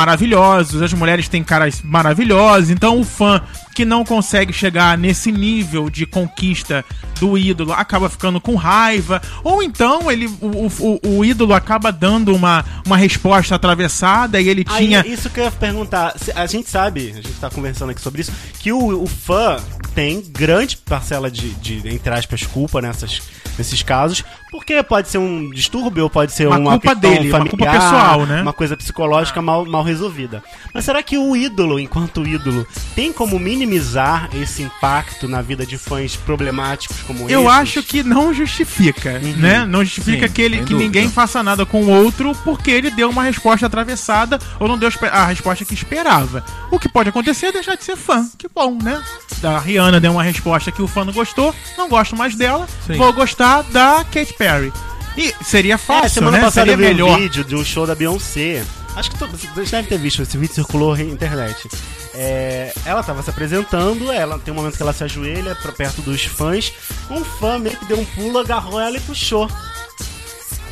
Speaker 2: maravilhosos, as mulheres têm caras maravilhosos, então o fã que não consegue chegar nesse nível de conquista do ídolo acaba ficando com raiva, ou então ele o, o- o- o ídolo acaba dando uma, uma resposta atravessada e ele
Speaker 3: Aí,
Speaker 2: tinha.
Speaker 3: isso que eu ia perguntar. Se- A gente sabe, a gente tá conversando aqui sobre isso, que o, o fã tem grande parcela de, de, entre aspas, culpa nessas, nesses casos, porque pode ser um distúrbio, ou pode ser
Speaker 2: Uma
Speaker 3: uma,
Speaker 2: culpa
Speaker 3: questão
Speaker 2: dele, uma culpa pessoal, né?
Speaker 3: Uma coisa psicológica mal, mal resolvida. Mas será que o ídolo, enquanto ídolo, tem como minimizar esse impacto na vida de fãs problemáticos como
Speaker 2: Eu
Speaker 3: esses?
Speaker 2: acho que não justifica,
Speaker 3: Uhum.
Speaker 2: né? Não justifica
Speaker 4: Sim,
Speaker 2: que, ele,
Speaker 4: sem
Speaker 2: que
Speaker 4: dúvida.
Speaker 2: ninguém faça nada com o outro porque ele deu uma resposta atravessada ou não deu espe- a resposta que esperava. O que pode acontecer é deixar de ser fã. Que bom, né? A Rihanna deu uma resposta que o fã não gostou, não gosto mais dela,
Speaker 4: Sim.
Speaker 2: vou gostar da Katy Perry. E seria
Speaker 3: É,
Speaker 2: fácil,
Speaker 3: semana
Speaker 2: né?
Speaker 3: passada
Speaker 2: seria
Speaker 3: eu vi
Speaker 2: melhor.
Speaker 3: um vídeo de um show da Beyoncé. Acho que to- vocês devem ter visto, esse vídeo circulou na internet. É, ela tava se apresentando, ela tem um momento que ela se ajoelha pra perto dos fãs. Um fã meio que deu um pulo, agarrou ela e puxou.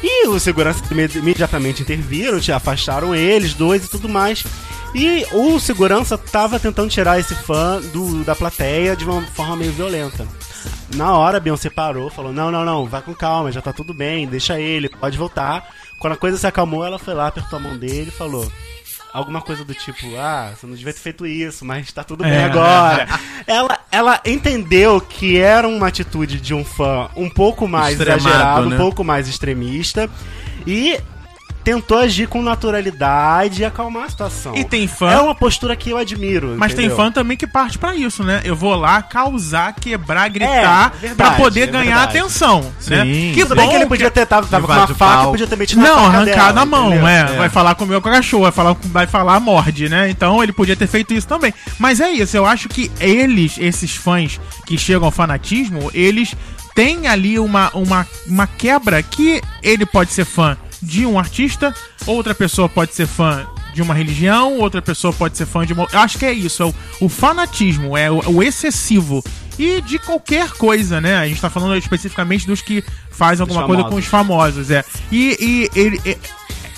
Speaker 3: E os seguranças imed- imediatamente interviram, te afastaram eles dois e tudo mais. E o segurança tava tentando tirar esse fã do- da plateia de uma forma meio violenta. Na hora, a Beyoncé parou, falou: Não, não, não, vai com calma, já tá tudo bem, deixa ele, pode voltar. Quando a coisa se acalmou, ela foi lá, apertou a mão dele e falou: Alguma coisa do tipo, ah, você não devia ter feito isso, mas tá tudo bem
Speaker 2: É.
Speaker 3: agora. ela, ela entendeu que era uma atitude de um fã um pouco mais
Speaker 4: Extremado,
Speaker 3: exagerado,
Speaker 4: né?
Speaker 3: um pouco mais extremista. E tentou agir com naturalidade e acalmar a situação.
Speaker 2: E tem fã-
Speaker 3: É uma postura que eu admiro.
Speaker 2: Mas
Speaker 3: entendeu?
Speaker 2: tem fã também que parte pra isso, né? Eu vou lá causar, quebrar, gritar,
Speaker 3: É, verdade,
Speaker 2: pra poder
Speaker 3: é
Speaker 2: ganhar
Speaker 3: verdade.
Speaker 2: atenção, né?
Speaker 4: Sim.
Speaker 2: Que
Speaker 3: Tudo bem
Speaker 2: bom
Speaker 3: que ele
Speaker 2: que-
Speaker 3: podia ter tava, tava com uma
Speaker 4: Invade o
Speaker 3: faca,
Speaker 4: palco.
Speaker 3: podia ter metido
Speaker 2: Não,
Speaker 3: faca
Speaker 2: arrancar
Speaker 3: dela,
Speaker 2: na mão,
Speaker 3: entendeu?
Speaker 2: é.
Speaker 4: É.
Speaker 2: Vai falar comigo com a cachorro, vai falar, vai falar morde, né? Então ele podia ter feito isso também. Mas é isso, eu acho que eles, esses fãs que chegam ao fanatismo, eles têm ali uma, uma, uma quebra que ele pode ser fã de um artista, outra pessoa pode ser fã de uma religião, outra pessoa pode ser fã de uma. Eu acho que é isso, é o, o fanatismo, é o- o excessivo. E de qualquer coisa, né? A gente tá falando especificamente dos que faz alguma coisa com
Speaker 3: famosos.
Speaker 2: os famosos, é. E, e ele, e-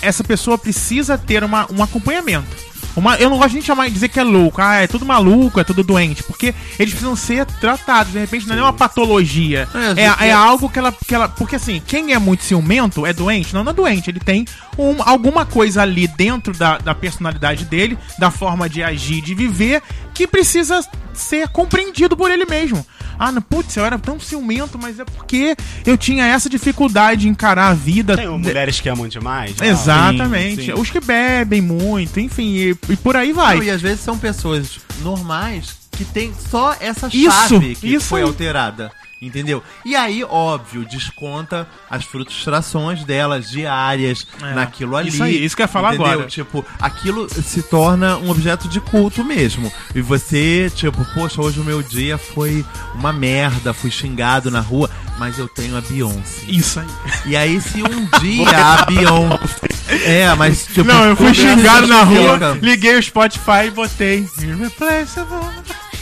Speaker 2: essa pessoa precisa ter uma, um acompanhamento. Uma, eu não gosto nem de chamar de dizer que é louco, ah, é tudo maluco, é tudo doente, porque eles precisam ser tratados, de repente não é uma patologia.
Speaker 4: É, às
Speaker 2: É,
Speaker 4: vezes
Speaker 2: é
Speaker 4: é-
Speaker 2: algo que ela, que ela. Porque assim, quem é muito ciumento é doente? Não, não é doente, ele tem um, alguma coisa ali dentro da, da personalidade dele, da forma de agir, de viver, que precisa ser compreendido por ele mesmo. Ah, não, putz, eu era tão ciumento, mas é porque eu tinha essa dificuldade de encarar a vida.
Speaker 3: Tem
Speaker 2: De-
Speaker 3: o mulheres que amam demais. né?
Speaker 2: Exatamente.
Speaker 4: Sim, sim.
Speaker 2: Os que bebem muito, enfim, e, e por aí vai.
Speaker 4: Não, e às vezes são pessoas normais que tem só essa chave
Speaker 2: Isso,
Speaker 4: que
Speaker 2: isso
Speaker 4: foi
Speaker 2: aí.
Speaker 4: alterada. Entendeu? E aí, óbvio, desconta as frustrações delas diárias
Speaker 2: É,
Speaker 4: naquilo ali.
Speaker 2: isso aí, isso que eu ia falar
Speaker 4: entendeu?
Speaker 2: agora.
Speaker 4: Tipo, aquilo se torna um objeto de culto mesmo. E você, tipo, poxa, hoje o meu dia foi uma merda, fui xingado na rua, mas eu tenho a Beyoncé.
Speaker 2: Isso aí.
Speaker 4: E é aí, se um
Speaker 2: [laughs]
Speaker 4: dia a Beyoncé. É, mas tipo.
Speaker 2: Não, eu fui
Speaker 4: tudo isso
Speaker 2: xingado na
Speaker 4: justifica.
Speaker 2: rua, liguei o Spotify e botei. Irreplaceable.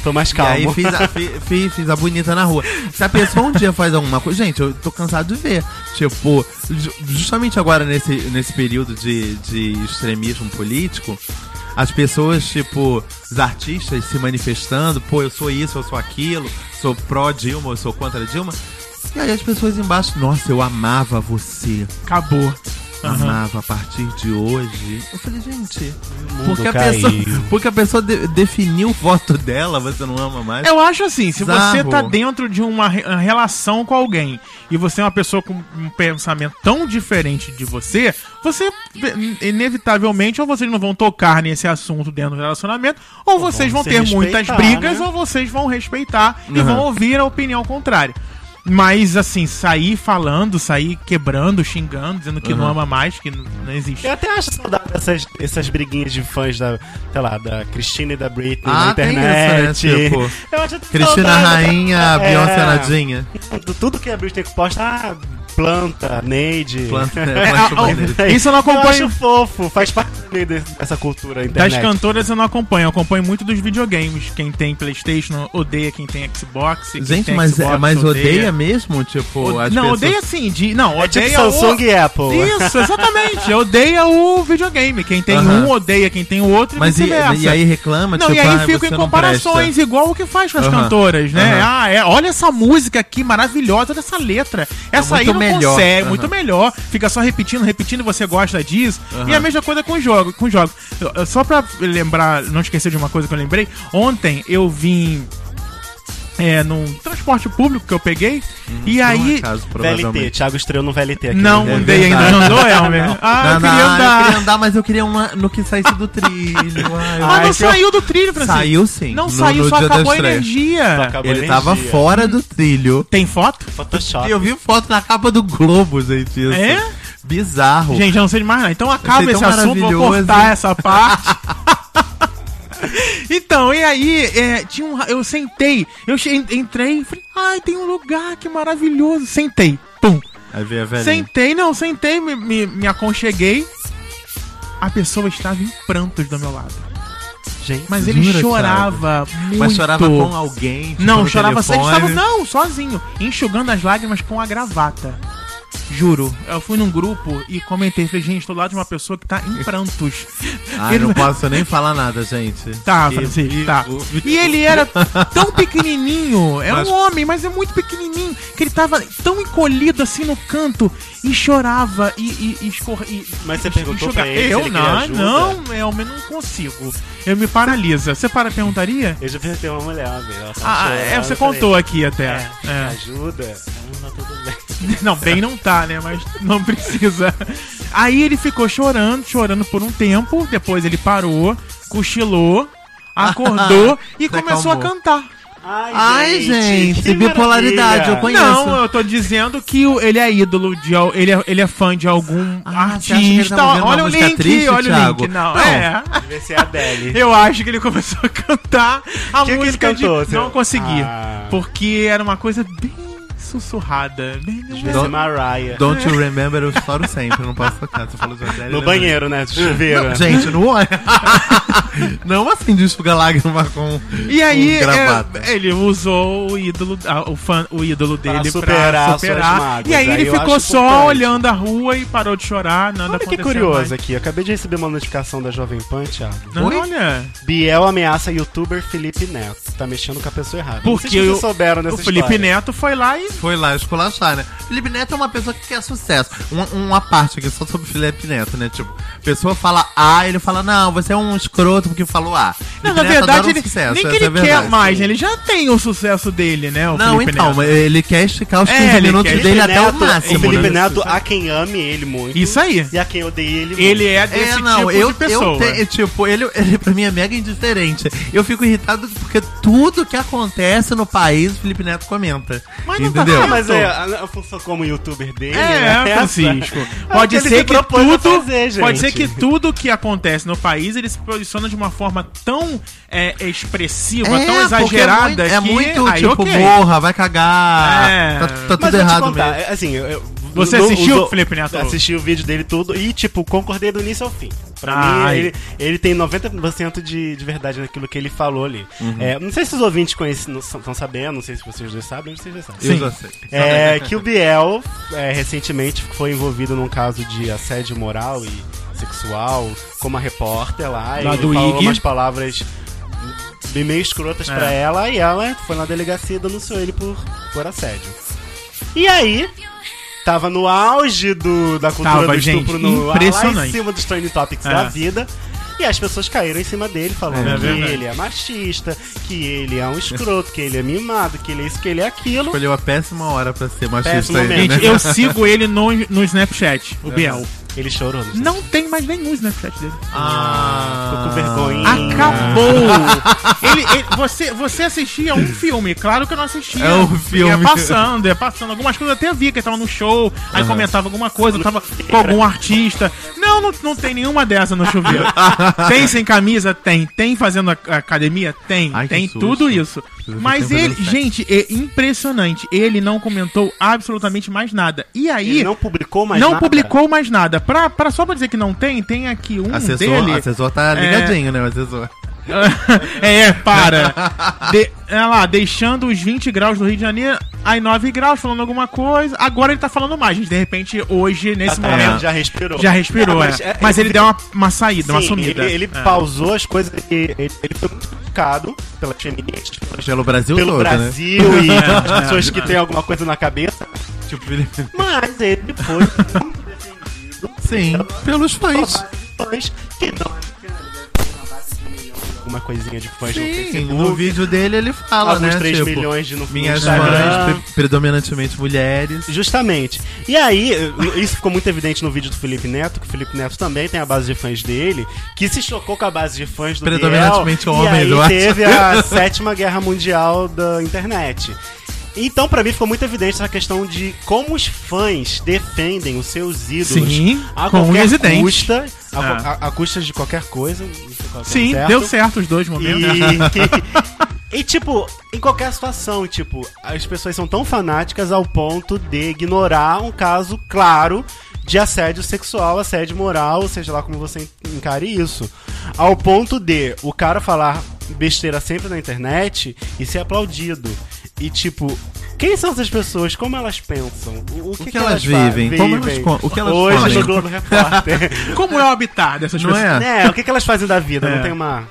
Speaker 3: Tô mais
Speaker 4: E aí
Speaker 3: calmo.
Speaker 4: fiz a, fi- fi- fiz, a bonita na rua. Se a pessoa um dia faz alguma coisa. Gente, eu tô cansado de ver. Tipo, ju- justamente agora nesse, nesse período de, de extremismo político, as pessoas, tipo, os artistas se manifestando, pô, eu sou isso, eu sou aquilo, sou pró-Dilma, eu sou contra Dilma. E aí as pessoas embaixo, nossa, eu amava você.
Speaker 2: Acabou. Aham.
Speaker 4: Amava a partir de hoje. Eu falei, gente,
Speaker 3: mundo
Speaker 4: porque a,
Speaker 3: caiu.
Speaker 4: pessoa, porque a pessoa de- definiu o voto dela, você não ama mais.
Speaker 2: Eu acho assim, se você
Speaker 4: Bizarro.
Speaker 2: tá dentro de uma re- uma relação com alguém e você é uma pessoa com um pensamento tão diferente de você, você be- inevitavelmente ou vocês não vão tocar nesse assunto dentro do relacionamento, ou, vocês vão
Speaker 3: se
Speaker 2: ter muitas
Speaker 3: respeitar,
Speaker 2: brigas,
Speaker 3: né?
Speaker 2: ou vocês vão respeitar e
Speaker 4: Uhum.
Speaker 2: vão ouvir a opinião contrária. Mas assim, sair falando, sair quebrando, xingando, dizendo que não ama mais, que n- não existe.
Speaker 3: Uhum. Eu até acho saudável essas, essas briguinhas de fãs da, sei lá, da Cristina e da Britney na
Speaker 4: Ah, tem
Speaker 3: internet.
Speaker 4: isso, né? Tipo,
Speaker 3: eu acho
Speaker 4: Cristina
Speaker 3: saudável.
Speaker 4: Rainha,
Speaker 3: É.
Speaker 4: Beyoncé Nadinha.
Speaker 3: Tudo- Tudo que a Britney posta, ah, planta, Neide.
Speaker 2: [laughs]
Speaker 4: Planta,
Speaker 2: É,
Speaker 4: planta
Speaker 2: a- a-
Speaker 4: o bandeira.
Speaker 2: isso eu não
Speaker 3: Eu
Speaker 2: acompanho.
Speaker 3: acho fofo, faz parte desse- dessa cultura
Speaker 2: Das
Speaker 3: internet.
Speaker 2: cantoras eu não acompanho, eu acompanho muito dos videogames. Quem tem Playstation odeia, quem tem Xbox. quem
Speaker 4: Gente,
Speaker 2: tem
Speaker 4: mas,
Speaker 2: Xbox
Speaker 4: é- mas odeia mesmo? Tipo,
Speaker 2: O-
Speaker 4: as
Speaker 2: não,
Speaker 4: pessoas-
Speaker 2: odeia sim, de. Não,
Speaker 3: É
Speaker 2: odeia.
Speaker 3: tipo Samsung e Apple. né?
Speaker 2: o... Isso, exatamente. Odeia o videogame. Quem tem
Speaker 4: Aham.
Speaker 2: um odeia quem tem o outro e
Speaker 4: Mas e,
Speaker 2: vice-versa.
Speaker 4: e aí reclama,
Speaker 2: Não,
Speaker 4: tipo,
Speaker 2: e aí
Speaker 4: ah,
Speaker 2: ficam
Speaker 4: você
Speaker 2: em
Speaker 4: não
Speaker 2: comparações,
Speaker 4: presta.
Speaker 2: igual o que faz com as
Speaker 4: Aham.
Speaker 2: cantoras, né?
Speaker 4: Aham.
Speaker 2: Ah, é, olha essa música aqui maravilhosa, olha essa letra. Essa aí
Speaker 4: É muito
Speaker 2: não
Speaker 4: melhor.
Speaker 2: consegue, é
Speaker 4: Aham.
Speaker 2: muito melhor. Fica só repetindo, repetindo, você gosta disso.
Speaker 4: Aham.
Speaker 2: E a mesma coisa com o jogo, com o jogo. Eu- eu- Só pra lembrar, não esquecer de uma coisa que eu lembrei, ontem eu vim é, num transporte público que eu peguei, e
Speaker 4: Por um
Speaker 2: aí...
Speaker 4: acaso,
Speaker 3: VLT,
Speaker 4: provavelmente.
Speaker 3: Thiago estreou no VLT aqui.
Speaker 2: Não,
Speaker 4: É
Speaker 2: andei ainda,
Speaker 4: verdade.
Speaker 2: não andou, Elmer? Ah, eu
Speaker 4: Não, não,
Speaker 2: queria
Speaker 4: eu
Speaker 2: andar.
Speaker 4: queria andar, mas eu queria uma no que saísse
Speaker 2: [laughs]
Speaker 4: do trilho. ai,
Speaker 2: Mas Ah, não
Speaker 4: ai, que eu-
Speaker 2: saiu do trilho, Francisco.
Speaker 4: Saiu sim.
Speaker 2: Não
Speaker 4: no-
Speaker 2: saiu,
Speaker 4: no
Speaker 2: só
Speaker 4: dia da
Speaker 2: acabou a
Speaker 4: estreia.
Speaker 2: energia.
Speaker 3: Só acabou a
Speaker 4: Ele tava
Speaker 3: energia.
Speaker 4: fora do trilho.
Speaker 2: Tem foto?
Speaker 3: Photoshop.
Speaker 4: E eu vi foto na capa do Globo, gente. Isso.
Speaker 2: É?
Speaker 4: Bizarro.
Speaker 2: Gente, eu não sei de mais nada. Então acaba
Speaker 4: achei
Speaker 2: esse
Speaker 4: tão
Speaker 2: assunto, vou
Speaker 4: maravilhoso.
Speaker 2: cortar
Speaker 4: [laughs]
Speaker 2: essa parte. [laughs] Então, e aí, é, tinha um, ra- eu sentei, eu che- entrei, falei, ai, tem um lugar que maravilhoso. Sentei, pum.
Speaker 4: Aí veio a velhinha.
Speaker 2: Sentei, não, sentei, me, me, me aconcheguei. A pessoa estava em prantos do meu lado.
Speaker 3: Gente,
Speaker 2: Mas ele
Speaker 4: Jura,
Speaker 2: chorava muito.
Speaker 4: Mas chorava com alguém. tipo,
Speaker 2: Não,
Speaker 4: no
Speaker 2: chorava sem,
Speaker 4: telefone.
Speaker 2: estava não, sozinho, enxugando as lágrimas com a gravata. Juro, eu fui num grupo e comentei, falei, gente, tô do lado de uma pessoa que tá em
Speaker 3: [laughs]
Speaker 2: prantos.
Speaker 4: Ah,
Speaker 2: Ele- é-
Speaker 4: não posso nem falar nada, gente.
Speaker 2: Tá,
Speaker 4: Que
Speaker 2: Francisco,
Speaker 4: vivo,
Speaker 2: tá.
Speaker 4: vivo.
Speaker 2: E ele
Speaker 3: [laughs]
Speaker 2: era tão pequenininho, é
Speaker 4: Mas-
Speaker 2: um homem, mas é muito pequenininho, que ele tava tão encolhido assim no canto e chorava e, e, e escorre- e-
Speaker 3: Mas você
Speaker 2: e-
Speaker 3: perguntou
Speaker 2: enxuga-
Speaker 3: pra ele se
Speaker 2: Eu
Speaker 3: ele queria
Speaker 2: não,
Speaker 3: ajuda?
Speaker 2: não, eu não consigo. Eu me paralisa. Você para perguntaria?
Speaker 3: Eu já perguntei uma mulher, uma vez, ela tava
Speaker 2: Ah, é,
Speaker 3: chorando,
Speaker 2: você
Speaker 3: eu falei,
Speaker 2: contou aqui até.
Speaker 3: É,
Speaker 2: É.
Speaker 3: Ajuda. Não, tá tudo bem.
Speaker 2: Não, bem não tá, né? Mas não precisa. Aí ele ficou chorando, chorando por um tempo. Depois ele parou, cochilou,
Speaker 4: [laughs]
Speaker 2: acordou e
Speaker 4: Se
Speaker 2: começou a
Speaker 4: Ah, acalmou.
Speaker 2: cantar.
Speaker 4: Ai, gente,
Speaker 3: que
Speaker 4: bipolaridade, eu
Speaker 3: maravilha.
Speaker 4: conheço.
Speaker 2: Não, eu tô dizendo que o- ele é ídolo de. al- Ele é, ele é fã de algum
Speaker 4: Ah, você acha que ele
Speaker 2: artista.
Speaker 4: tá ouvindo uma
Speaker 2: olha o
Speaker 4: música
Speaker 2: link,
Speaker 4: triste,
Speaker 2: olha o
Speaker 4: Thiago?
Speaker 2: link. Não,
Speaker 4: Não.
Speaker 2: é.
Speaker 3: Devia ser a Adele.
Speaker 2: Eu acho que ele começou a cantar a
Speaker 3: Que que ele
Speaker 2: música
Speaker 3: cantou,
Speaker 2: de.
Speaker 3: seu-
Speaker 2: Não consegui.
Speaker 3: Ah.
Speaker 2: Porque era uma coisa bem sussurrada. Bem.
Speaker 3: Devia ser Mariah.
Speaker 4: Don't you remember? Eu choro sempre, não posso tocar. Você falou de Adele, eu
Speaker 3: No
Speaker 4: lembrei.
Speaker 3: banheiro, né? Chuveiro.
Speaker 4: Não, gente, não olha. [laughs] não assim de enxugar lágrima com.
Speaker 2: E aí,
Speaker 4: com gravata.
Speaker 2: é, ele usou o ídolo, ah, o fã, o ídolo dele pra superar.
Speaker 3: superar suas mágoas.
Speaker 2: e aí ele
Speaker 3: Aí eu
Speaker 2: ficou
Speaker 3: acho
Speaker 2: só
Speaker 3: importante.
Speaker 2: olhando a rua e parou de chorar. Nada
Speaker 3: Olha que
Speaker 2: aconteceu
Speaker 3: curioso
Speaker 2: mais.
Speaker 3: aqui. Eu acabei de receber uma notificação da Jovem Pan, Thiago.
Speaker 2: Não,
Speaker 4: Oi?
Speaker 2: olha,
Speaker 3: Biel ameaça youtuber Felipe Neto. Tá mexendo com a pessoa errada. Não sei
Speaker 2: porque
Speaker 3: se vocês
Speaker 2: o-
Speaker 3: souberam
Speaker 2: o
Speaker 3: dessa
Speaker 2: Felipe
Speaker 3: história.
Speaker 2: Neto foi lá e
Speaker 4: Foi lá esculachar, né? Felipe Neto é uma pessoa que quer sucesso. Uma, uma parte aqui só sobre Felipe Neto, né? Tipo, a pessoa fala A, ele fala, não, você é um escroto porque falou A.
Speaker 2: Não, na
Speaker 4: Felipe Neto
Speaker 2: verdade,
Speaker 4: adora um
Speaker 2: ele,
Speaker 4: sucesso,
Speaker 2: nem que
Speaker 4: essa
Speaker 2: ele
Speaker 4: é a
Speaker 2: quer
Speaker 4: verdade.
Speaker 2: mais, ele já tem o sucesso dele, né? O
Speaker 4: Não,
Speaker 2: Felipe
Speaker 4: então,
Speaker 2: Neto.
Speaker 4: mas ele quer esticar os
Speaker 2: É,
Speaker 4: 15
Speaker 2: ele
Speaker 4: minutos
Speaker 2: quer-
Speaker 4: dele
Speaker 3: Felipe
Speaker 4: até
Speaker 3: Neto-
Speaker 4: o máximo.
Speaker 3: O Felipe
Speaker 4: né?
Speaker 3: Neto, há quem ame ele muito.
Speaker 2: Isso aí.
Speaker 3: E há quem odeie ele muito.
Speaker 2: Ele é desse
Speaker 4: É, não,
Speaker 2: tipo
Speaker 4: eu,
Speaker 2: de pessoa.
Speaker 4: eu te- tipo, ele, ele pra mim é mega indiferente. Eu fico irritado porque tudo que acontece no país, o Felipe Neto comenta.
Speaker 2: Mas não tá
Speaker 4: entendeu?
Speaker 3: Ah, mas é, a, a função como youtuber dele.
Speaker 2: É,
Speaker 3: né?
Speaker 2: Francisco.
Speaker 3: Essa.
Speaker 2: Pode
Speaker 3: É o que ele
Speaker 2: ser
Speaker 3: se
Speaker 2: que
Speaker 3: propôs a
Speaker 2: tudo,
Speaker 3: fazer, gente.
Speaker 2: pode ser que tudo que acontece no país ele se posiciona de uma forma tão é, expressiva,
Speaker 4: É,
Speaker 2: tão
Speaker 4: porque
Speaker 2: exagerada que
Speaker 4: É muito, é muito,
Speaker 2: aí,
Speaker 4: tipo,
Speaker 2: ok.
Speaker 4: morra, vai cagar.
Speaker 2: É.
Speaker 4: Tá, tá tudo
Speaker 3: Mas vou te
Speaker 4: errado
Speaker 3: contar,
Speaker 4: mesmo.
Speaker 3: Assim, eu- eu-
Speaker 2: Você assistiu, Felipe Neto?
Speaker 3: Assisti o vídeo dele tudo e, tipo, concordei do início ao fim. Pra mim,
Speaker 2: Ai.
Speaker 3: ele, ele tem 90% de, de verdade naquilo que ele falou ali.
Speaker 4: Uhum.
Speaker 3: É, não sei se os ouvintes estão sabendo, não sei se vocês dois sabem, vocês já sabem.
Speaker 4: Eu
Speaker 2: assim.
Speaker 4: já sei.
Speaker 3: [laughs] É, que o Biel é, recentemente foi envolvido num caso de assédio moral e sexual como a repórter lá.
Speaker 2: Lá
Speaker 3: ele
Speaker 2: do
Speaker 3: falou
Speaker 2: IG.
Speaker 3: umas palavras bem meio escrotas pra
Speaker 2: É.
Speaker 3: ela e ela foi na delegacia e denunciou ele por, por assédio. E aí, tava no auge do, da cultura
Speaker 2: Tava,
Speaker 3: do estupro
Speaker 2: gente,
Speaker 3: no lá em
Speaker 2: impressionante.
Speaker 3: cima dos trending topics
Speaker 2: É.
Speaker 3: da vida. E as pessoas caíram em cima dele, falando
Speaker 2: É
Speaker 3: que
Speaker 2: verdade.
Speaker 3: ele é machista, que ele é um escroto, que ele é mimado, que ele é isso, que ele é aquilo.
Speaker 4: Escolheu a péssima hora pra ser
Speaker 3: Péssimo
Speaker 4: machista aí,
Speaker 3: momento.
Speaker 4: né?
Speaker 2: Gente, eu sigo ele no, no Snapchat,
Speaker 3: É.
Speaker 2: o Biel.
Speaker 3: Ele chorou. Não,
Speaker 2: Não tem mais nenhum Snapchat dele.
Speaker 4: Ah,
Speaker 3: Ficou com vergonha.
Speaker 4: [laughs]
Speaker 2: Acabou! Ele- ele- você, você assistia um filme, claro que eu não assistia.
Speaker 4: É um filme.
Speaker 2: Ia passando, ia passando. Algumas coisas eu até via que ele tava no show, aí comentava alguma coisa, tava com algum artista. Não, não, não tem nenhuma dessa no
Speaker 4: [laughs]
Speaker 2: chuveiro. tem sem camisa? Tem. Tem fazendo a- a academia? Tem.
Speaker 4: Ai, que
Speaker 2: tem
Speaker 4: susto.
Speaker 2: tudo isso.
Speaker 4: Vocês
Speaker 2: Mas
Speaker 4: estão
Speaker 2: ele,
Speaker 4: fazendo
Speaker 2: gente, é impressionante. Ele não comentou absolutamente mais nada. E aí.
Speaker 3: Ele não publicou mais
Speaker 2: não
Speaker 3: nada.
Speaker 2: publicou mais nada. Pra, pra, só pra dizer que não tem, tem aqui um
Speaker 4: Assessor,
Speaker 2: dele.
Speaker 4: assessor tá
Speaker 2: É.
Speaker 4: ligadinho, né? O assessor.
Speaker 2: [laughs] é, é, para. De, olha lá, deixando os 20 graus do Rio de Janeiro, aí 9 graus, falando alguma coisa. Agora ele tá falando mais, gente. De repente, hoje, nesse
Speaker 3: Tá
Speaker 2: momento,
Speaker 3: vendo? já respirou.
Speaker 2: já, respirou.
Speaker 3: Não,
Speaker 2: mas, é. mas ele deu uma, uma saída, uma
Speaker 3: sim,
Speaker 2: sumida.
Speaker 3: Ele, ele
Speaker 2: É.
Speaker 3: pausou as coisas que ele, ele foi muito criticado pelas feministas, pelas-
Speaker 4: Pelo Brasil
Speaker 3: pelo
Speaker 4: todo, né?
Speaker 2: [laughs]
Speaker 3: Brasil e
Speaker 2: É,
Speaker 3: as pessoas que têm alguma coisa na cabeça.
Speaker 4: Tipo,
Speaker 3: Mas ele foi muito defendido
Speaker 4: sim, pelos fãs.
Speaker 3: por fãs que não alguma coisinha de fãs no
Speaker 4: Sim,
Speaker 3: Facebook.
Speaker 4: no vídeo dele ele fala,
Speaker 3: um Alguns
Speaker 4: né?
Speaker 3: 3
Speaker 4: tipo,
Speaker 3: milhões de no no
Speaker 4: minhas
Speaker 3: Instagram.
Speaker 4: mães, pre- predominantemente mulheres.
Speaker 3: Justamente. E aí, eh, isso ficou muito evidente no vídeo do Felipe Neto, que o Felipe Neto também tem a base de fãs dele, que se chocou com a base de fãs do
Speaker 4: Predominantemente
Speaker 3: Biel,
Speaker 4: homens,
Speaker 3: e aí
Speaker 4: eu acho.
Speaker 3: teve a [laughs] sétima guerra mundial da internet. Então, pra mim, ficou muito evidente essa questão de como os fãs defendem os seus ídolos
Speaker 2: Sim,
Speaker 3: a
Speaker 2: com
Speaker 3: qualquer
Speaker 2: unhas e dentes.
Speaker 3: custa, a,
Speaker 2: É.
Speaker 3: co- a- a custa de qualquer coisa. não sei qual é o
Speaker 2: Sim,
Speaker 3: certo.
Speaker 2: deu certo os dois momentos.
Speaker 3: [laughs] E, e, tipo, em qualquer situação, tipo, as pessoas são tão fanáticas ao ponto de ignorar um caso claro de assédio sexual, assédio moral, seja lá como você encare isso. Ao ponto de o cara falar besteira sempre na internet e ser aplaudido. E tipo, quem são essas pessoas? Como elas pensam? O, o que,
Speaker 4: que
Speaker 3: que elas,
Speaker 4: elas
Speaker 3: fa-
Speaker 4: vivem? Como elas com- o que elas
Speaker 3: Hoje
Speaker 4: comem?
Speaker 3: no Globo
Speaker 4: [laughs]
Speaker 3: Repórter.
Speaker 2: [laughs] Como é o habitat dessas
Speaker 4: Não
Speaker 2: pessoas?
Speaker 4: é?
Speaker 3: né, o que, que elas fazem da vida?
Speaker 2: É.
Speaker 3: Não tem uma...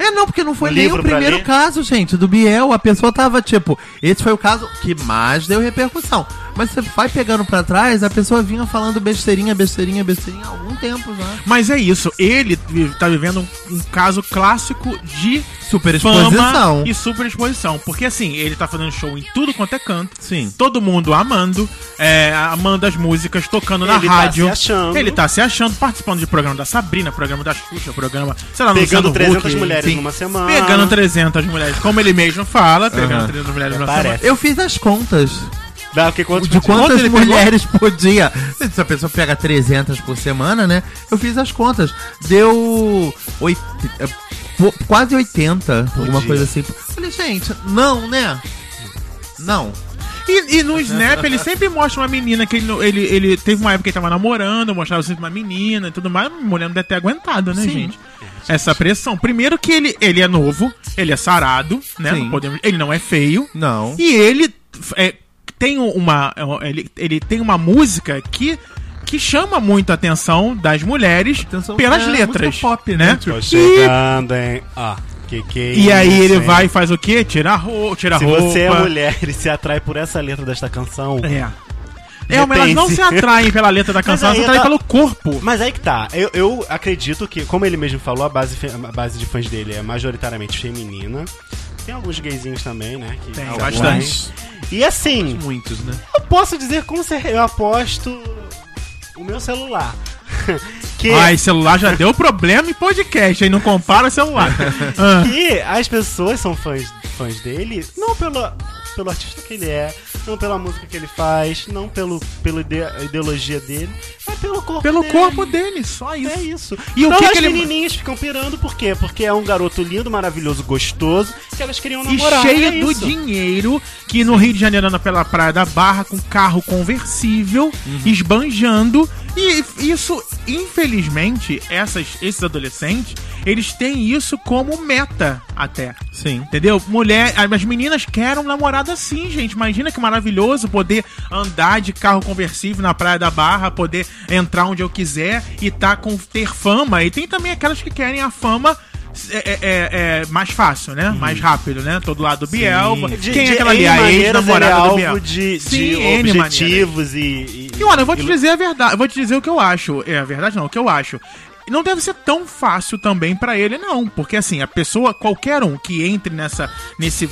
Speaker 4: É, não, porque não foi
Speaker 3: Um
Speaker 4: nem o
Speaker 3: livro pra
Speaker 4: primeiro
Speaker 3: ler.
Speaker 4: caso, gente, do Biel. A pessoa tava tipo, esse foi o caso que mais deu repercussão. Mas você vai pegando pra trás, a pessoa vinha falando besteirinha, besteirinha, besteirinha há algum tempo já.
Speaker 2: Mas é isso, ele vi- tá vivendo um, um caso clássico de
Speaker 4: Super
Speaker 2: fama
Speaker 4: exposição.
Speaker 2: e superexposição. Porque assim, ele tá fazendo show em tudo quanto é canto.
Speaker 4: Sim.
Speaker 2: todo mundo amando, é, amando as músicas, tocando na
Speaker 3: Ele tá
Speaker 2: rádio.
Speaker 3: se achando.
Speaker 2: Ele tá se achando, participando de programa da Sabrina, programa da Xuxa, programa, sei lá,
Speaker 3: Pegando
Speaker 2: Luciano
Speaker 3: 300
Speaker 2: Huck,
Speaker 3: mulheres
Speaker 4: sim.
Speaker 3: numa semana.
Speaker 2: Pegando 300 mulheres, como ele mesmo fala, pegando
Speaker 4: Aham.
Speaker 2: 300 mulheres numa
Speaker 3: Parece.
Speaker 4: Eu fiz as contas
Speaker 3: Dá o que quanto
Speaker 4: de quantas
Speaker 2: ele pegou?
Speaker 4: mulheres [laughs] por dia. Se a pessoa pega 300 por semana, né? Eu fiz as contas. Deu oit- é, po- quase 80, alguma
Speaker 3: dia.
Speaker 4: coisa assim. Falei, gente, não, né? Não.
Speaker 2: E, e no Snap ele sempre mostra uma menina que ele, não- ele, ele teve uma época que ele tava namorando, mostrava sempre uma menina e tudo mais. Uma mulher não deve ter aguentado, né,
Speaker 4: Sim.
Speaker 2: gente? Essa pressão. Primeiro que ele, ele é novo, ele é sarado, né?
Speaker 4: Sim.
Speaker 2: Não podemos, ele não é feio.
Speaker 4: Não.
Speaker 2: E ele é, tem uma. é, Ele, ele tem uma música que. Que chama muito a atenção das mulheres
Speaker 4: Atenção,
Speaker 2: pelas
Speaker 4: é,
Speaker 2: letras.
Speaker 4: música pop, né?
Speaker 2: né?
Speaker 3: Tô
Speaker 2: E,
Speaker 3: chegando, hein? Ó, que que é
Speaker 2: e aí
Speaker 3: isso,
Speaker 2: ele
Speaker 3: hein?
Speaker 2: vai e faz o quê? Tira a roupa. Tira a
Speaker 3: Se
Speaker 2: roupa.
Speaker 3: você é mulher e se atrai por essa letra desta canção.
Speaker 2: É. É, mas elas não
Speaker 3: Depende.
Speaker 2: se atraem pela letra da canção, elas
Speaker 3: Mas
Speaker 2: se atraem
Speaker 3: aí tá-
Speaker 2: pelo corpo.
Speaker 3: Mas aí que tá. Eu, eu acredito que, como ele mesmo falou, a base, fe- a base de fãs dele é majoritariamente feminina. Tem alguns gayzinhos também, né? Que
Speaker 2: Tem,
Speaker 3: alguns.
Speaker 2: bastante.
Speaker 3: E assim,
Speaker 4: Muitos, né?
Speaker 3: eu posso dizer com certeza. Eu aposto o meu celular. [laughs] que
Speaker 2: Ai, Ah, celular já deu problema em podcast, aí não compara
Speaker 3: [laughs]
Speaker 2: celular. Ah,
Speaker 3: E as pessoas são fãs, fãs dele, não pelo, pelo artista que ele é, não pela música que ele faz, não pelo, pela ide- ideologia dele, mas pelo corpo
Speaker 2: Pelo
Speaker 3: dele.
Speaker 2: corpo dele, só isso.
Speaker 3: É isso.
Speaker 2: E o
Speaker 3: então
Speaker 2: que
Speaker 3: as
Speaker 2: que ele-
Speaker 3: menininhas ficam pirando, por quê? Porque é um garoto lindo, maravilhoso, gostoso, que elas queriam
Speaker 2: E
Speaker 3: namorar.
Speaker 2: cheia
Speaker 3: é
Speaker 2: do
Speaker 3: isso.
Speaker 2: dinheiro, que no Rio de Janeiro anda pela Praia da Barra com carro conversível,
Speaker 3: Uhum.
Speaker 2: esbanjando. E isso, infelizmente, essas, esses adolescentes, eles têm isso como meta até.
Speaker 4: Sim.
Speaker 2: Entendeu? Mulher, as meninas querem um namorado assim, gente. Imagina que maravilhoso poder andar de carro conversível na Praia da Barra, poder entrar onde eu quiser e tá com ter fama. E tem também aquelas que querem a fama é, é, é, é, mais fácil, né? Mais rápido, né? Todo lado do Biel.
Speaker 3: Uhum. De-
Speaker 2: Quem
Speaker 3: de
Speaker 2: é aquela ali?
Speaker 3: N
Speaker 2: A
Speaker 3: maneiras, ele é
Speaker 2: ex-namorada do Biel.
Speaker 3: alvo de, de
Speaker 2: N maneiras.
Speaker 3: objetivos e,
Speaker 2: E olha, eu vou te
Speaker 3: e-
Speaker 2: dizer a verdade, eu vou te dizer o que eu acho. É, a verdade não, o que eu acho. Não deve ser tão fácil também pra ele, não. Porque assim, a pessoa, qualquer um que entre nessa, nesse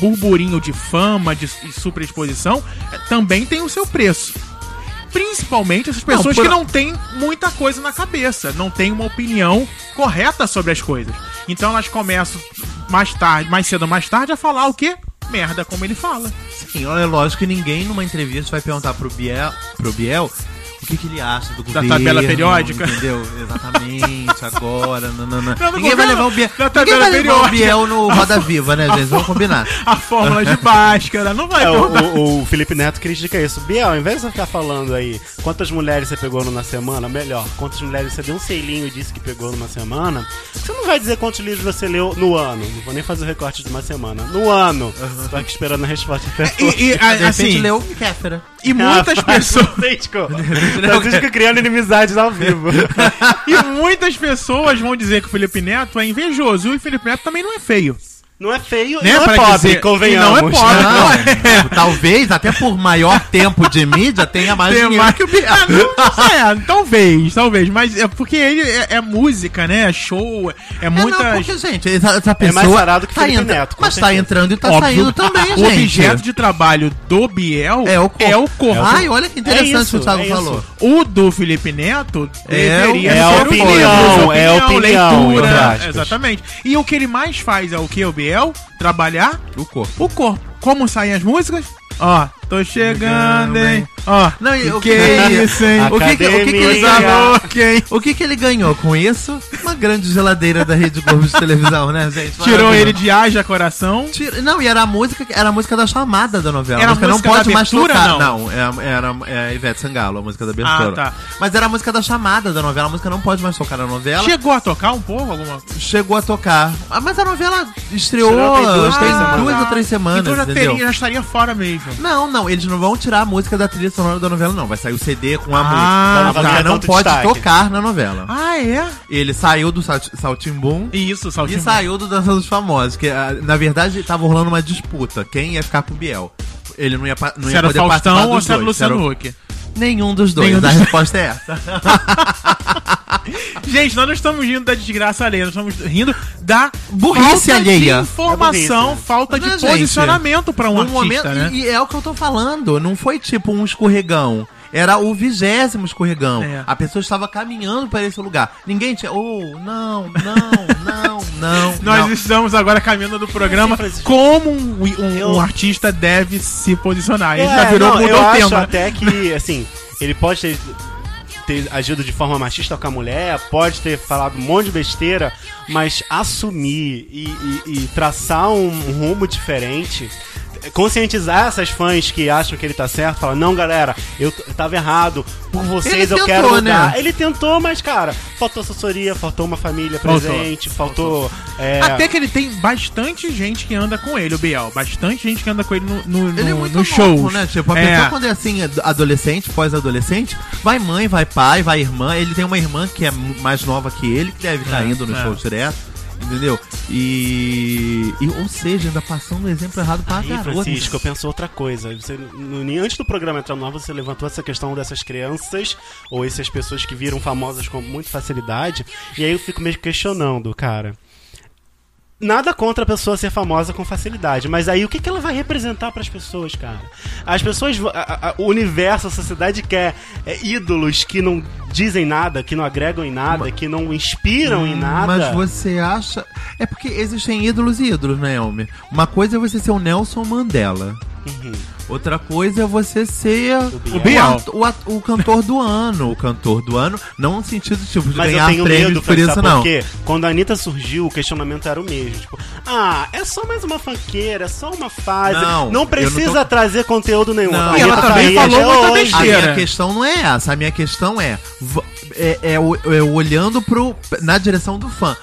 Speaker 2: burburinho de fama, de, de superexposição, eh, também tem o seu preço. Principalmente essas pessoas
Speaker 4: por-
Speaker 2: que não têm muita coisa na cabeça, não têm uma opinião correta sobre as coisas. Então elas começam mais tarde, mais cedo ou mais tarde, a falar o quê? Merda, como ele fala.
Speaker 4: Sim, é lógico que ninguém numa entrevista vai perguntar pro Biel, pro Biel o que, que ele acha do governo.
Speaker 2: tabela periódica?
Speaker 4: Entendeu?
Speaker 2: [laughs]
Speaker 4: Exatamente, agora. nanana.
Speaker 2: Não, do
Speaker 4: ninguém vai
Speaker 2: governo,
Speaker 4: levar o Biel.
Speaker 2: da
Speaker 4: Ninguém
Speaker 2: tabela
Speaker 4: vai levar o
Speaker 2: periódica. É,
Speaker 4: Biel no
Speaker 2: [laughs]
Speaker 4: Roda Viva, né, gente? Vamos combinar.
Speaker 2: A fórmula de Bhaskara, não vai
Speaker 3: É,
Speaker 2: perguntar.
Speaker 3: o, o- o Felipe Neto critica isso. Biel, ao invés de você ficar falando aí quantas mulheres você pegou numa semana, melhor, quantas mulheres você deu um selinho e disse que pegou numa semana, você não vai dizer quantos livros você leu no ano. Não vou nem fazer o recorte de uma semana. No ano. Tô aqui esperando a resposta até hoje.
Speaker 2: E, e, a-
Speaker 4: De repente
Speaker 2: assim,
Speaker 4: leu um Kéfera.
Speaker 2: e muitas
Speaker 3: Ah,
Speaker 2: pessoas
Speaker 3: [laughs] Francisco, Francisco criando inimizades ao vivo.
Speaker 2: e muitas pessoas vão dizer que o Felipe Neto é invejoso e o Felipe Neto também não é feio.
Speaker 3: [laughs] Não é feio e
Speaker 2: Né,
Speaker 3: não é
Speaker 2: pra
Speaker 3: pobre,
Speaker 2: dizer-
Speaker 3: convenhamos.
Speaker 2: e não é pobre.
Speaker 4: Não,
Speaker 3: é.
Speaker 4: talvez, até por maior tempo de mídia, tenha mais
Speaker 2: Tem
Speaker 4: dinheiro É,
Speaker 2: mais-
Speaker 4: que o Biel.
Speaker 2: Ah, não- não sei, talvez, talvez, mas é porque ele é, é música, né? É show, é
Speaker 4: É, não,
Speaker 2: muitas
Speaker 4: porque, gente, essa, essa pessoa.
Speaker 3: É mais sarado que
Speaker 4: tá
Speaker 3: Felipe
Speaker 4: entra-
Speaker 3: Neto, com
Speaker 4: Mas tá
Speaker 3: certeza.
Speaker 4: entrando e tá
Speaker 2: Óbvio,
Speaker 4: saindo
Speaker 2: [laughs]
Speaker 4: também,
Speaker 2: o
Speaker 4: gente.
Speaker 2: objeto de trabalho do Biel
Speaker 4: É o corpo.
Speaker 2: corpo.
Speaker 4: Ai, olha que interessante
Speaker 3: É isso,
Speaker 4: o que o Thiago
Speaker 3: é isso.
Speaker 4: falou.
Speaker 2: O do Felipe Neto
Speaker 4: É,
Speaker 2: deveria
Speaker 4: é
Speaker 2: ser
Speaker 4: a
Speaker 2: o
Speaker 4: opinião,
Speaker 2: livro,
Speaker 3: é a opinião, entre
Speaker 2: leitura.
Speaker 3: aspas.
Speaker 2: Exatamente. E o que ele mais faz é o que, o Biel? Trabalhar
Speaker 4: O corpo.
Speaker 2: o corpo. Como saem as músicas? Ó, tô chegando, hein? Ó,
Speaker 4: Não, e
Speaker 2: e
Speaker 4: o
Speaker 2: que
Speaker 4: que-
Speaker 2: isso, hein?
Speaker 4: O que, que, o que, que ele
Speaker 3: é Academia.
Speaker 4: ganhou? O que, que ele ganhou com isso? Uma grande geladeira da Rede Globo de televisão, né, gente?
Speaker 2: Tirou
Speaker 4: Maravilhoso.
Speaker 2: ele de haja coração.
Speaker 4: Tira- Não, e era a música, era a música da chamada da novela.
Speaker 2: Era a
Speaker 4: música não
Speaker 2: música da
Speaker 4: pode mais
Speaker 2: abertura,
Speaker 4: tocar.
Speaker 2: não?
Speaker 4: é a- era, é a Ivete Sangalo, a música da abertura.
Speaker 2: Ah, tá.
Speaker 4: Mas era a música da chamada da novela, a música não pode mais tocar na novela.
Speaker 2: Chegou a tocar um pouco alguma coisa?
Speaker 4: Chegou a tocar. Ah, Mas a novela estreou,
Speaker 3: Estreou tem duas,
Speaker 2: Ah,
Speaker 4: tem
Speaker 3: três
Speaker 4: duas,
Speaker 3: semanas.
Speaker 4: ou três semanas, Ah,
Speaker 2: Então já,
Speaker 4: entendeu?
Speaker 2: teria, já estaria fora mesmo.
Speaker 4: Não, não, eles não vão tirar a música da trilha sonora da novela, não. Vai sair o CD com a
Speaker 2: Ah,
Speaker 4: música. A
Speaker 3: tá.
Speaker 4: música não
Speaker 3: Tanto
Speaker 4: pode
Speaker 3: destaque.
Speaker 4: tocar na novela.
Speaker 2: Ah, é?
Speaker 4: Ele saiu do Salt- Saltimbum
Speaker 2: Isso, Saltinho.
Speaker 4: e saiu do Dança dos Famosos, que ah, na verdade tava rolando uma disputa. Quem ia ficar com o Biel? Ele não ia, pa- não
Speaker 2: Se
Speaker 4: ia
Speaker 2: era o
Speaker 4: poder participar
Speaker 2: Faustão ou
Speaker 4: dos
Speaker 2: se era o
Speaker 4: dois.
Speaker 2: Luciano
Speaker 4: o-
Speaker 2: Huck?
Speaker 4: Nenhum dos dois.
Speaker 2: Nenhum
Speaker 4: a
Speaker 2: dos-
Speaker 4: resposta é
Speaker 2: [laughs]
Speaker 4: essa.
Speaker 2: Gente, nós não estamos rindo da desgraça alheia, nós estamos rindo da
Speaker 4: Burrice
Speaker 2: falta
Speaker 4: alheia.
Speaker 2: de informação,
Speaker 3: É burrice,
Speaker 2: falta de
Speaker 4: Né, gente?
Speaker 2: posicionamento pra um
Speaker 4: No
Speaker 2: artista, né?
Speaker 4: e, e é o que eu tô falando. Não foi tipo um escorregão. Era o vigésimo escorregão.
Speaker 2: É.
Speaker 4: A pessoa estava caminhando para esse lugar. Ninguém tinha. Oh, não, não, não, não.
Speaker 2: [laughs] Nós
Speaker 4: não.
Speaker 2: estamos agora caminhando do programa
Speaker 3: Sim, Francisco.
Speaker 2: como um, um-
Speaker 3: Eu-
Speaker 2: um artista deve se posicionar. Ele
Speaker 3: É,
Speaker 2: já virou
Speaker 3: não,
Speaker 2: mudou
Speaker 3: eu
Speaker 2: o
Speaker 3: acho
Speaker 2: tema.
Speaker 3: até
Speaker 2: [laughs]
Speaker 3: que, assim, ele pode ter, ter agido de forma machista com a mulher, pode ter falado um monte de besteira, mas assumir e, e- e traçar um rumo diferente. Conscientizar essas fãs que acham que ele tá certo, falar, não, galera, eu t- eu tava errado, por vocês
Speaker 4: Ele
Speaker 3: eu
Speaker 4: tentou,
Speaker 3: quero mudar.
Speaker 4: né?
Speaker 3: Ele tentou, mas, cara, faltou assessoria, faltou uma família
Speaker 2: Faltou.
Speaker 3: presente, faltou. é,
Speaker 2: Até que ele tem bastante gente que anda com ele, o Biel. Bastante gente que anda com ele no, no,
Speaker 4: Ele é
Speaker 2: no-
Speaker 4: muito
Speaker 2: nos
Speaker 4: louco,
Speaker 2: shows.
Speaker 4: né? Tipo, a
Speaker 2: É.
Speaker 4: pessoa quando é assim, ad- adolescente, pós-adolescente, vai mãe, vai pai, vai irmã. Ele tem uma irmã que é mu- mais nova que ele, que deve estar
Speaker 2: É,
Speaker 4: indo no
Speaker 2: é.
Speaker 4: show direto. Entendeu? E, e- Ou seja, ainda passando o exemplo errado pra
Speaker 3: Aí,
Speaker 4: garota.
Speaker 3: Francisco, eu penso outra coisa. Você, no- ni- antes do programa entrar no ar, você levantou essa questão dessas crianças, ou essas pessoas que viram famosas com muita facilidade, e aí eu fico meio questionando, cara. Nada contra a pessoa ser famosa com facilidade, mas aí o que, que ela vai representar para as pessoas, cara? As pessoas, va- a- a- o universo, a sociedade quer é, ídolos que não dizem nada, que não agregam em nada, que não inspiram em nada.
Speaker 4: Hum, Mas você acha. É porque existem ídolos e ídolos, né, Elmer? Uma coisa é você ser o Nelson Mandela.
Speaker 3: Uhum,
Speaker 4: Outra coisa é você ser
Speaker 3: Bial.
Speaker 4: o, ato- o ato- o cantor do ano. O cantor do ano, não no sentido tipo, de
Speaker 3: Mas eu
Speaker 4: ganhar
Speaker 3: tenho
Speaker 4: prêmio
Speaker 3: medo,
Speaker 4: por
Speaker 3: Fran,
Speaker 4: isso,
Speaker 3: sabe
Speaker 4: não.
Speaker 3: por quê? Quando a Anitta surgiu, o questionamento era o mesmo. Tipo, ah, é só mais uma fanqueira, é só uma fase. Não,
Speaker 4: Não, eu não
Speaker 3: precisa
Speaker 4: tô-
Speaker 3: trazer conteúdo nenhum. Tá,
Speaker 4: Não.
Speaker 3: A
Speaker 4: E ela
Speaker 3: Anitta
Speaker 2: também
Speaker 3: aí
Speaker 2: falou
Speaker 3: até
Speaker 2: muita
Speaker 3: é hoje.
Speaker 4: A
Speaker 2: besteira.
Speaker 4: minha questão não é essa. A minha questão é. v- É, é o- é olhando pro, na direção do fã.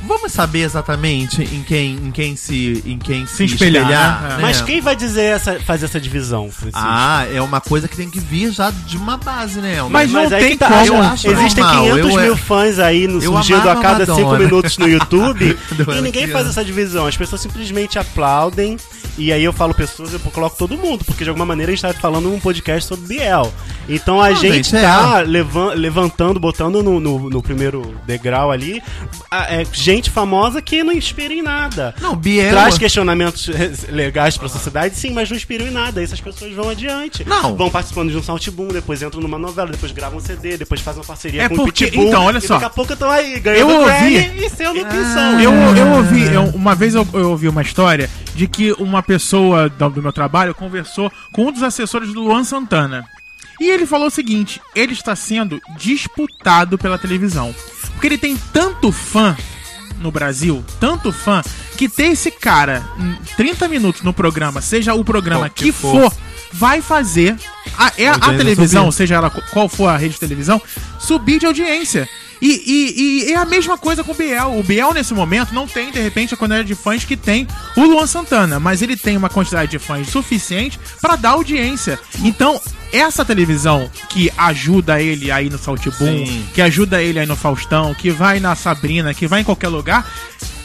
Speaker 4: Vamos saber exatamente em quem, em quem se, em quem se,
Speaker 2: espelhar,
Speaker 4: espelhar.
Speaker 2: né?
Speaker 4: né?
Speaker 3: Mas quem vai dizer essa, fazer essa divisão, Francisco?
Speaker 4: Ah, é uma coisa que tem que vir já de uma base, né? Elma?
Speaker 2: Mas não
Speaker 3: aí
Speaker 2: tem
Speaker 3: que tá,
Speaker 2: como,
Speaker 3: eu
Speaker 4: acho
Speaker 3: Existem
Speaker 4: normal,
Speaker 3: 500
Speaker 4: eu
Speaker 3: mil
Speaker 4: é-
Speaker 3: fãs aí no
Speaker 4: eu
Speaker 3: surgido a
Speaker 4: amava
Speaker 3: cada
Speaker 4: a
Speaker 3: 5
Speaker 4: Madonna.
Speaker 3: minutos no YouTube
Speaker 4: [laughs]
Speaker 3: e
Speaker 4: Do ano
Speaker 3: ninguém
Speaker 4: que
Speaker 3: faz
Speaker 4: ano.
Speaker 3: essa divisão. As pessoas simplesmente aplaudem e aí eu falo pessoas, eu coloco todo mundo, porque de alguma maneira a gente tá falando num podcast sobre Biel. Então a
Speaker 4: Não,
Speaker 3: gente
Speaker 4: gente, é.
Speaker 3: tá levan- levantando, botando no, no- no primeiro degrau ali a- é, gente famosa que não inspira em nada.
Speaker 4: Não, Biel.
Speaker 3: Traz questionamentos legais pra sociedade, sim, mas não inspiram em nada. Essas pessoas vão adiante.
Speaker 4: Não.
Speaker 3: Vão participando de um Saltboom, depois entram numa novela, depois gravam um CD, depois fazem uma parceria
Speaker 2: É
Speaker 3: com
Speaker 2: porque-
Speaker 3: o Pitbull.
Speaker 2: então, olha
Speaker 3: e
Speaker 2: só.
Speaker 3: Daqui a pouco estão aí ganhando
Speaker 2: Eu
Speaker 3: Grammy
Speaker 2: ouvi. Ah.
Speaker 3: e sendo pinção.
Speaker 2: Eu, eu ouvi, eu- uma vez eu, eu ouvi uma história de que uma pessoa da- do meu trabalho conversou com um dos assessores do Luan Santana. E ele falou o seguinte: ele está sendo disputado pela televisão. Porque ele tem tanto fã no Brasil, tanto fã, que ter esse cara em 30 minutos no programa, seja o programa
Speaker 4: Qual
Speaker 2: que,
Speaker 4: que
Speaker 2: for,
Speaker 4: for.
Speaker 2: vai fazer a, é a
Speaker 4: Audiência
Speaker 2: televisão,
Speaker 4: subir.
Speaker 2: seja ela qu- qual for a rede de televisão, subir de audiência. E, e- e é a mesma coisa com o Biel. O Biel, nesse momento, não tem, de repente, a quantidade de fãs que tem o Luan Santana, mas ele tem uma quantidade de fãs suficiente pra dar audiência. Então, essa televisão que ajuda ele aí no Saltboom,
Speaker 4: Sim.
Speaker 2: que ajuda ele aí no Faustão, que vai na Sabrina, que vai em qualquer lugar,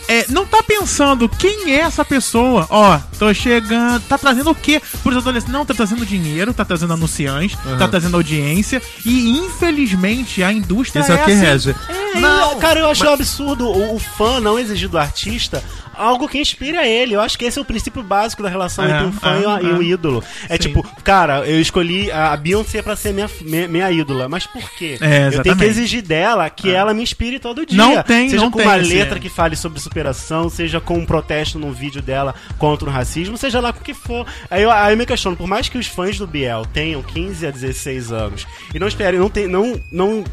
Speaker 2: é, não tá pensando quem é essa pessoa. Ó, tô chegando. Tá trazendo o quê pros adolescentes? Não, tá trazendo dinheiro, tá trazendo anunciantes, tá trazendo audiência. E infelizmente a indústria
Speaker 4: Isso é o que
Speaker 2: assim.
Speaker 4: rege.
Speaker 3: É, eu- cara, eu acho um absurdo o, o fã não exigir do artista algo que inspire a ele. Eu acho que esse é o princípio básico da relação
Speaker 2: É,
Speaker 3: entre um fã
Speaker 2: é,
Speaker 3: e a- e
Speaker 2: é.
Speaker 3: um ídolo. É
Speaker 2: Sim.
Speaker 3: tipo, cara, eu escolhi a a Beyoncé pra ser minha, minha, minha ídola, mas por quê?
Speaker 2: É,
Speaker 3: eu tenho que
Speaker 2: exatamente. É.
Speaker 3: exigir dela que ela me inspire todo dia.
Speaker 2: Não tem,
Speaker 3: Seja
Speaker 2: não
Speaker 3: com
Speaker 2: tem assim.
Speaker 3: uma
Speaker 2: esse-
Speaker 3: letra que fale sobre superação, seja com um protesto num vídeo dela contra o racismo, seja lá com o que for. Aí eu, aí eu me questiono, por mais que os fãs do Biel tenham 15 a 16 anos e não esperem, não tem, não, não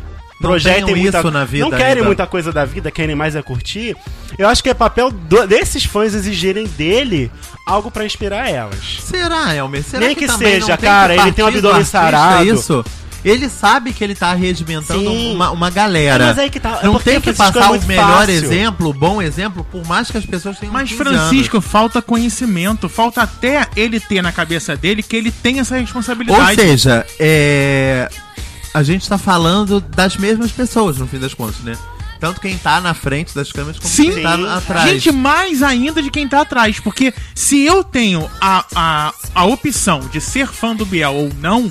Speaker 3: projetem
Speaker 4: tenham
Speaker 3: muita,
Speaker 4: isso na vida
Speaker 3: não querem
Speaker 4: ainda.
Speaker 3: muita coisa da vida, querem mais é curtir. Eu acho que é papel do- desses fãs exigirem dele algo pra inspirar elas.
Speaker 4: Será, Elmer? Será
Speaker 3: Nem que
Speaker 4: também
Speaker 3: seja,
Speaker 4: não
Speaker 3: cara,
Speaker 4: que
Speaker 3: ele tem um
Speaker 4: partir do
Speaker 3: abdômen
Speaker 4: artista
Speaker 3: sarado.
Speaker 4: Isso. Ele sabe que ele tá regimentando
Speaker 3: Sim.
Speaker 4: uma, uma galera.
Speaker 3: É, mas aí que tá, é
Speaker 4: Não
Speaker 3: porque
Speaker 4: tem que
Speaker 3: Francisco é
Speaker 4: passar o
Speaker 3: muito
Speaker 4: melhor
Speaker 3: fácil.
Speaker 4: exemplo, o bom exemplo, por mais que as pessoas tenham
Speaker 2: Mas
Speaker 4: 15 anos.
Speaker 2: Francisco, falta conhecimento, falta até ele ter na cabeça dele que ele tem essa
Speaker 4: Ou
Speaker 2: responsabilidade.
Speaker 4: seja, é... a gente tá falando das mesmas pessoas, no fim das contas, né? Tanto quem tá na frente das câmeras como
Speaker 2: Sim.
Speaker 4: quem tá
Speaker 3: Sim.
Speaker 4: atrás.
Speaker 2: Gente, mais ainda de quem tá atrás. Porque se eu tenho a, a, a opção de ser fã do Biel ou não,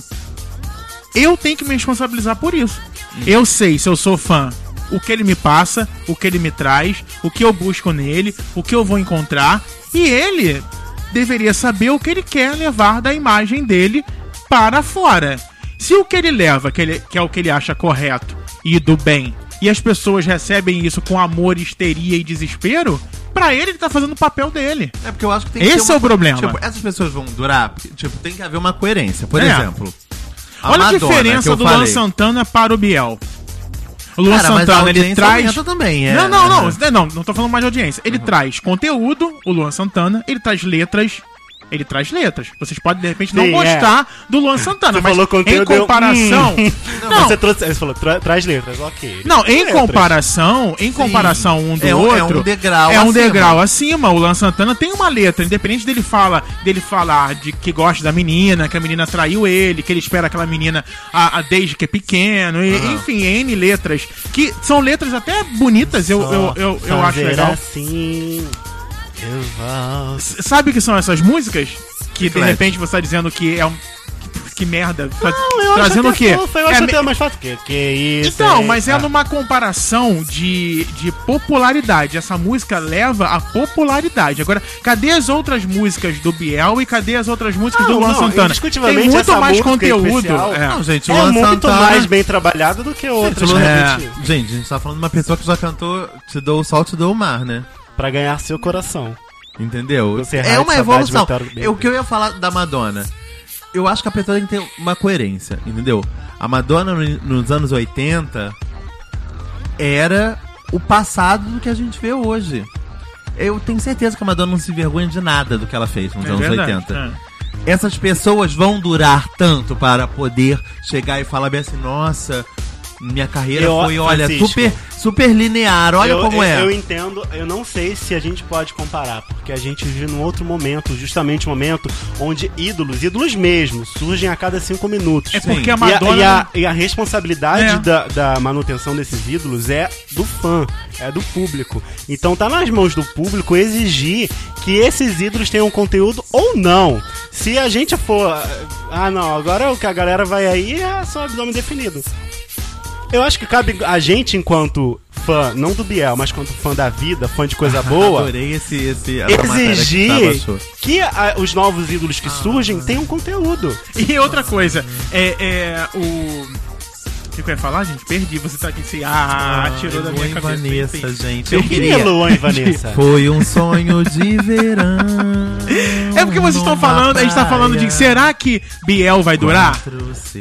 Speaker 2: eu tenho que me responsabilizar por isso. Eu sei se eu sou fã, o que ele me passa, o que ele me traz, o que eu busco nele, o que eu vou encontrar. E ele deveria saber o que ele quer levar da imagem dele para fora. Se o que ele leva, que, ele- que é o que ele acha correto e do bem, e as pessoas recebem isso com amor, histeria e desespero, pra ele ele tá fazendo o papel dele.
Speaker 4: É porque eu acho que tem que
Speaker 2: Esse
Speaker 4: ter
Speaker 2: é
Speaker 4: uma
Speaker 2: o problema.
Speaker 4: Tipo, essas pessoas vão durar. porque, Tipo, tem que haver uma coerência. Por
Speaker 2: É.
Speaker 4: exemplo.
Speaker 2: Olha a
Speaker 4: Madonna, né, que
Speaker 2: diferença
Speaker 4: eu
Speaker 2: do Luan
Speaker 4: falei.
Speaker 2: Santana para o Biel. O Luan
Speaker 4: Cara, mas a
Speaker 2: Santana, ele
Speaker 4: audiência
Speaker 2: traz.
Speaker 4: aumenta também, é.
Speaker 2: Não, não, não, não, não, não tô falando mais de audiência. Ele traz conteúdo, o Luan Santana, ele traz letras. Ele traz letras. Vocês podem, de repente, não
Speaker 3: Sim, é.
Speaker 2: gostar do Luan Santana,
Speaker 3: Você
Speaker 2: mas
Speaker 3: falou conteúdo,
Speaker 2: em comparação.
Speaker 3: eu- Hum.
Speaker 2: Não,
Speaker 3: Você, trouxe, você falou, tra- traz letras, ok.
Speaker 2: não, em
Speaker 3: Letras.
Speaker 2: comparação, em comparação um do
Speaker 4: É um- é um
Speaker 2: outro,
Speaker 4: degrau
Speaker 2: é um
Speaker 4: acima.
Speaker 2: degrau acima. O Luan Santana tem uma letra, independente dele fala, dele falar de que gosta da menina, que a menina traiu ele, que ele espera aquela menina a, a desde que é pequeno, e, enfim, n letras que são letras até bonitas, eu eu, eu, eu acho
Speaker 3: Fazer
Speaker 2: legal.
Speaker 3: Assim, eu volto.
Speaker 2: S- Sabe o que são essas músicas que de
Speaker 4: Chiclete.
Speaker 2: repente você tá dizendo que é um que, que merda, Tá
Speaker 3: Não, eu acho
Speaker 2: trazendo
Speaker 3: até
Speaker 2: o quê?
Speaker 3: fofa, eu
Speaker 2: É
Speaker 3: acho
Speaker 2: me-
Speaker 3: até mais fácil. Que, que isso,
Speaker 2: Então,
Speaker 3: hein?
Speaker 2: mas é
Speaker 3: Ah.
Speaker 2: numa comparação de, de popularidade. Essa música leva a popularidade. Agora, cadê as outras músicas do Biel e cadê as outras músicas
Speaker 3: Não,
Speaker 2: do Luan
Speaker 3: não,
Speaker 2: Santana?
Speaker 3: indiscutivelmente
Speaker 2: Tem muito
Speaker 3: essa
Speaker 2: mais
Speaker 3: música
Speaker 2: conteúdo.
Speaker 3: especial-
Speaker 2: É.
Speaker 4: Não, gente, o
Speaker 3: É
Speaker 4: Luan
Speaker 3: muito
Speaker 4: Santana.
Speaker 3: mais bem trabalhado do que outras.
Speaker 4: Luan-
Speaker 3: né,
Speaker 2: É.
Speaker 3: gente?
Speaker 4: Gente, a gente tá falando de uma pessoa que já cantou Te dou o sol, te dou o mar, né?
Speaker 3: Pra ganhar seu coração.
Speaker 4: Entendeu?
Speaker 3: Você
Speaker 4: é
Speaker 3: errar de
Speaker 4: uma
Speaker 3: saudade,
Speaker 4: evolução.
Speaker 3: Meteoro Baby.
Speaker 4: É o que eu ia falar da Madonna. Eu acho que a pessoa tem que ter uma coerência, entendeu? A Madonna no- nos anos 80 era o passado do que a gente vê hoje. Eu tenho certeza que a Madonna não se vergonha de nada do que ela fez nos
Speaker 2: É
Speaker 4: anos
Speaker 2: verdade,
Speaker 4: 80
Speaker 2: é.
Speaker 4: essas pessoas vão durar tanto para poder chegar e falar bem assim, nossa, minha carreira
Speaker 3: Eu-
Speaker 4: foi, olha,
Speaker 3: Francisco.
Speaker 4: super, super linear, olha
Speaker 3: eu, eu-
Speaker 4: como é.
Speaker 3: Eu entendo, eu não sei se a gente pode comparar, porque a gente vive num outro momento, justamente um momento onde ídolos, ídolos mesmo, surgem a cada cinco minutos.
Speaker 2: É
Speaker 4: Sim.
Speaker 2: porque a
Speaker 3: E a,
Speaker 2: Madonna.
Speaker 3: e a- e a responsabilidade
Speaker 2: É.
Speaker 3: da, da manutenção desses ídolos é do fã, é do público. Então tá nas mãos do público exigir que esses ídolos tenham conteúdo ou não. Se a gente for. Ah, não, agora o que a galera vai aí é só abdômen definido. Eu acho que cabe a gente, enquanto fã, não do Biel, mas quanto fã da vida, fã de
Speaker 4: [laughs]
Speaker 3: coisa boa,
Speaker 4: Adorei esse, esse essa matéria que Gustavo
Speaker 3: exigir
Speaker 4: achou.
Speaker 3: que ah, os novos ídolos que surgem tenham conteúdo.
Speaker 2: E outra coisa, é, é o. O que que eu ia falar, gente? Perdi. Você tá aqui assim. Ah, tirou da
Speaker 4: Oi,
Speaker 2: minha cabeça.
Speaker 4: Vanessa,
Speaker 2: Enfim.
Speaker 4: gente. Eu
Speaker 3: E
Speaker 4: queria.
Speaker 3: Luan e
Speaker 4: [laughs]
Speaker 3: Vanessa?
Speaker 4: Foi um sonho de verão.
Speaker 2: [laughs] É porque vocês estão falando, a gente tá falando de será que Biel vai durar?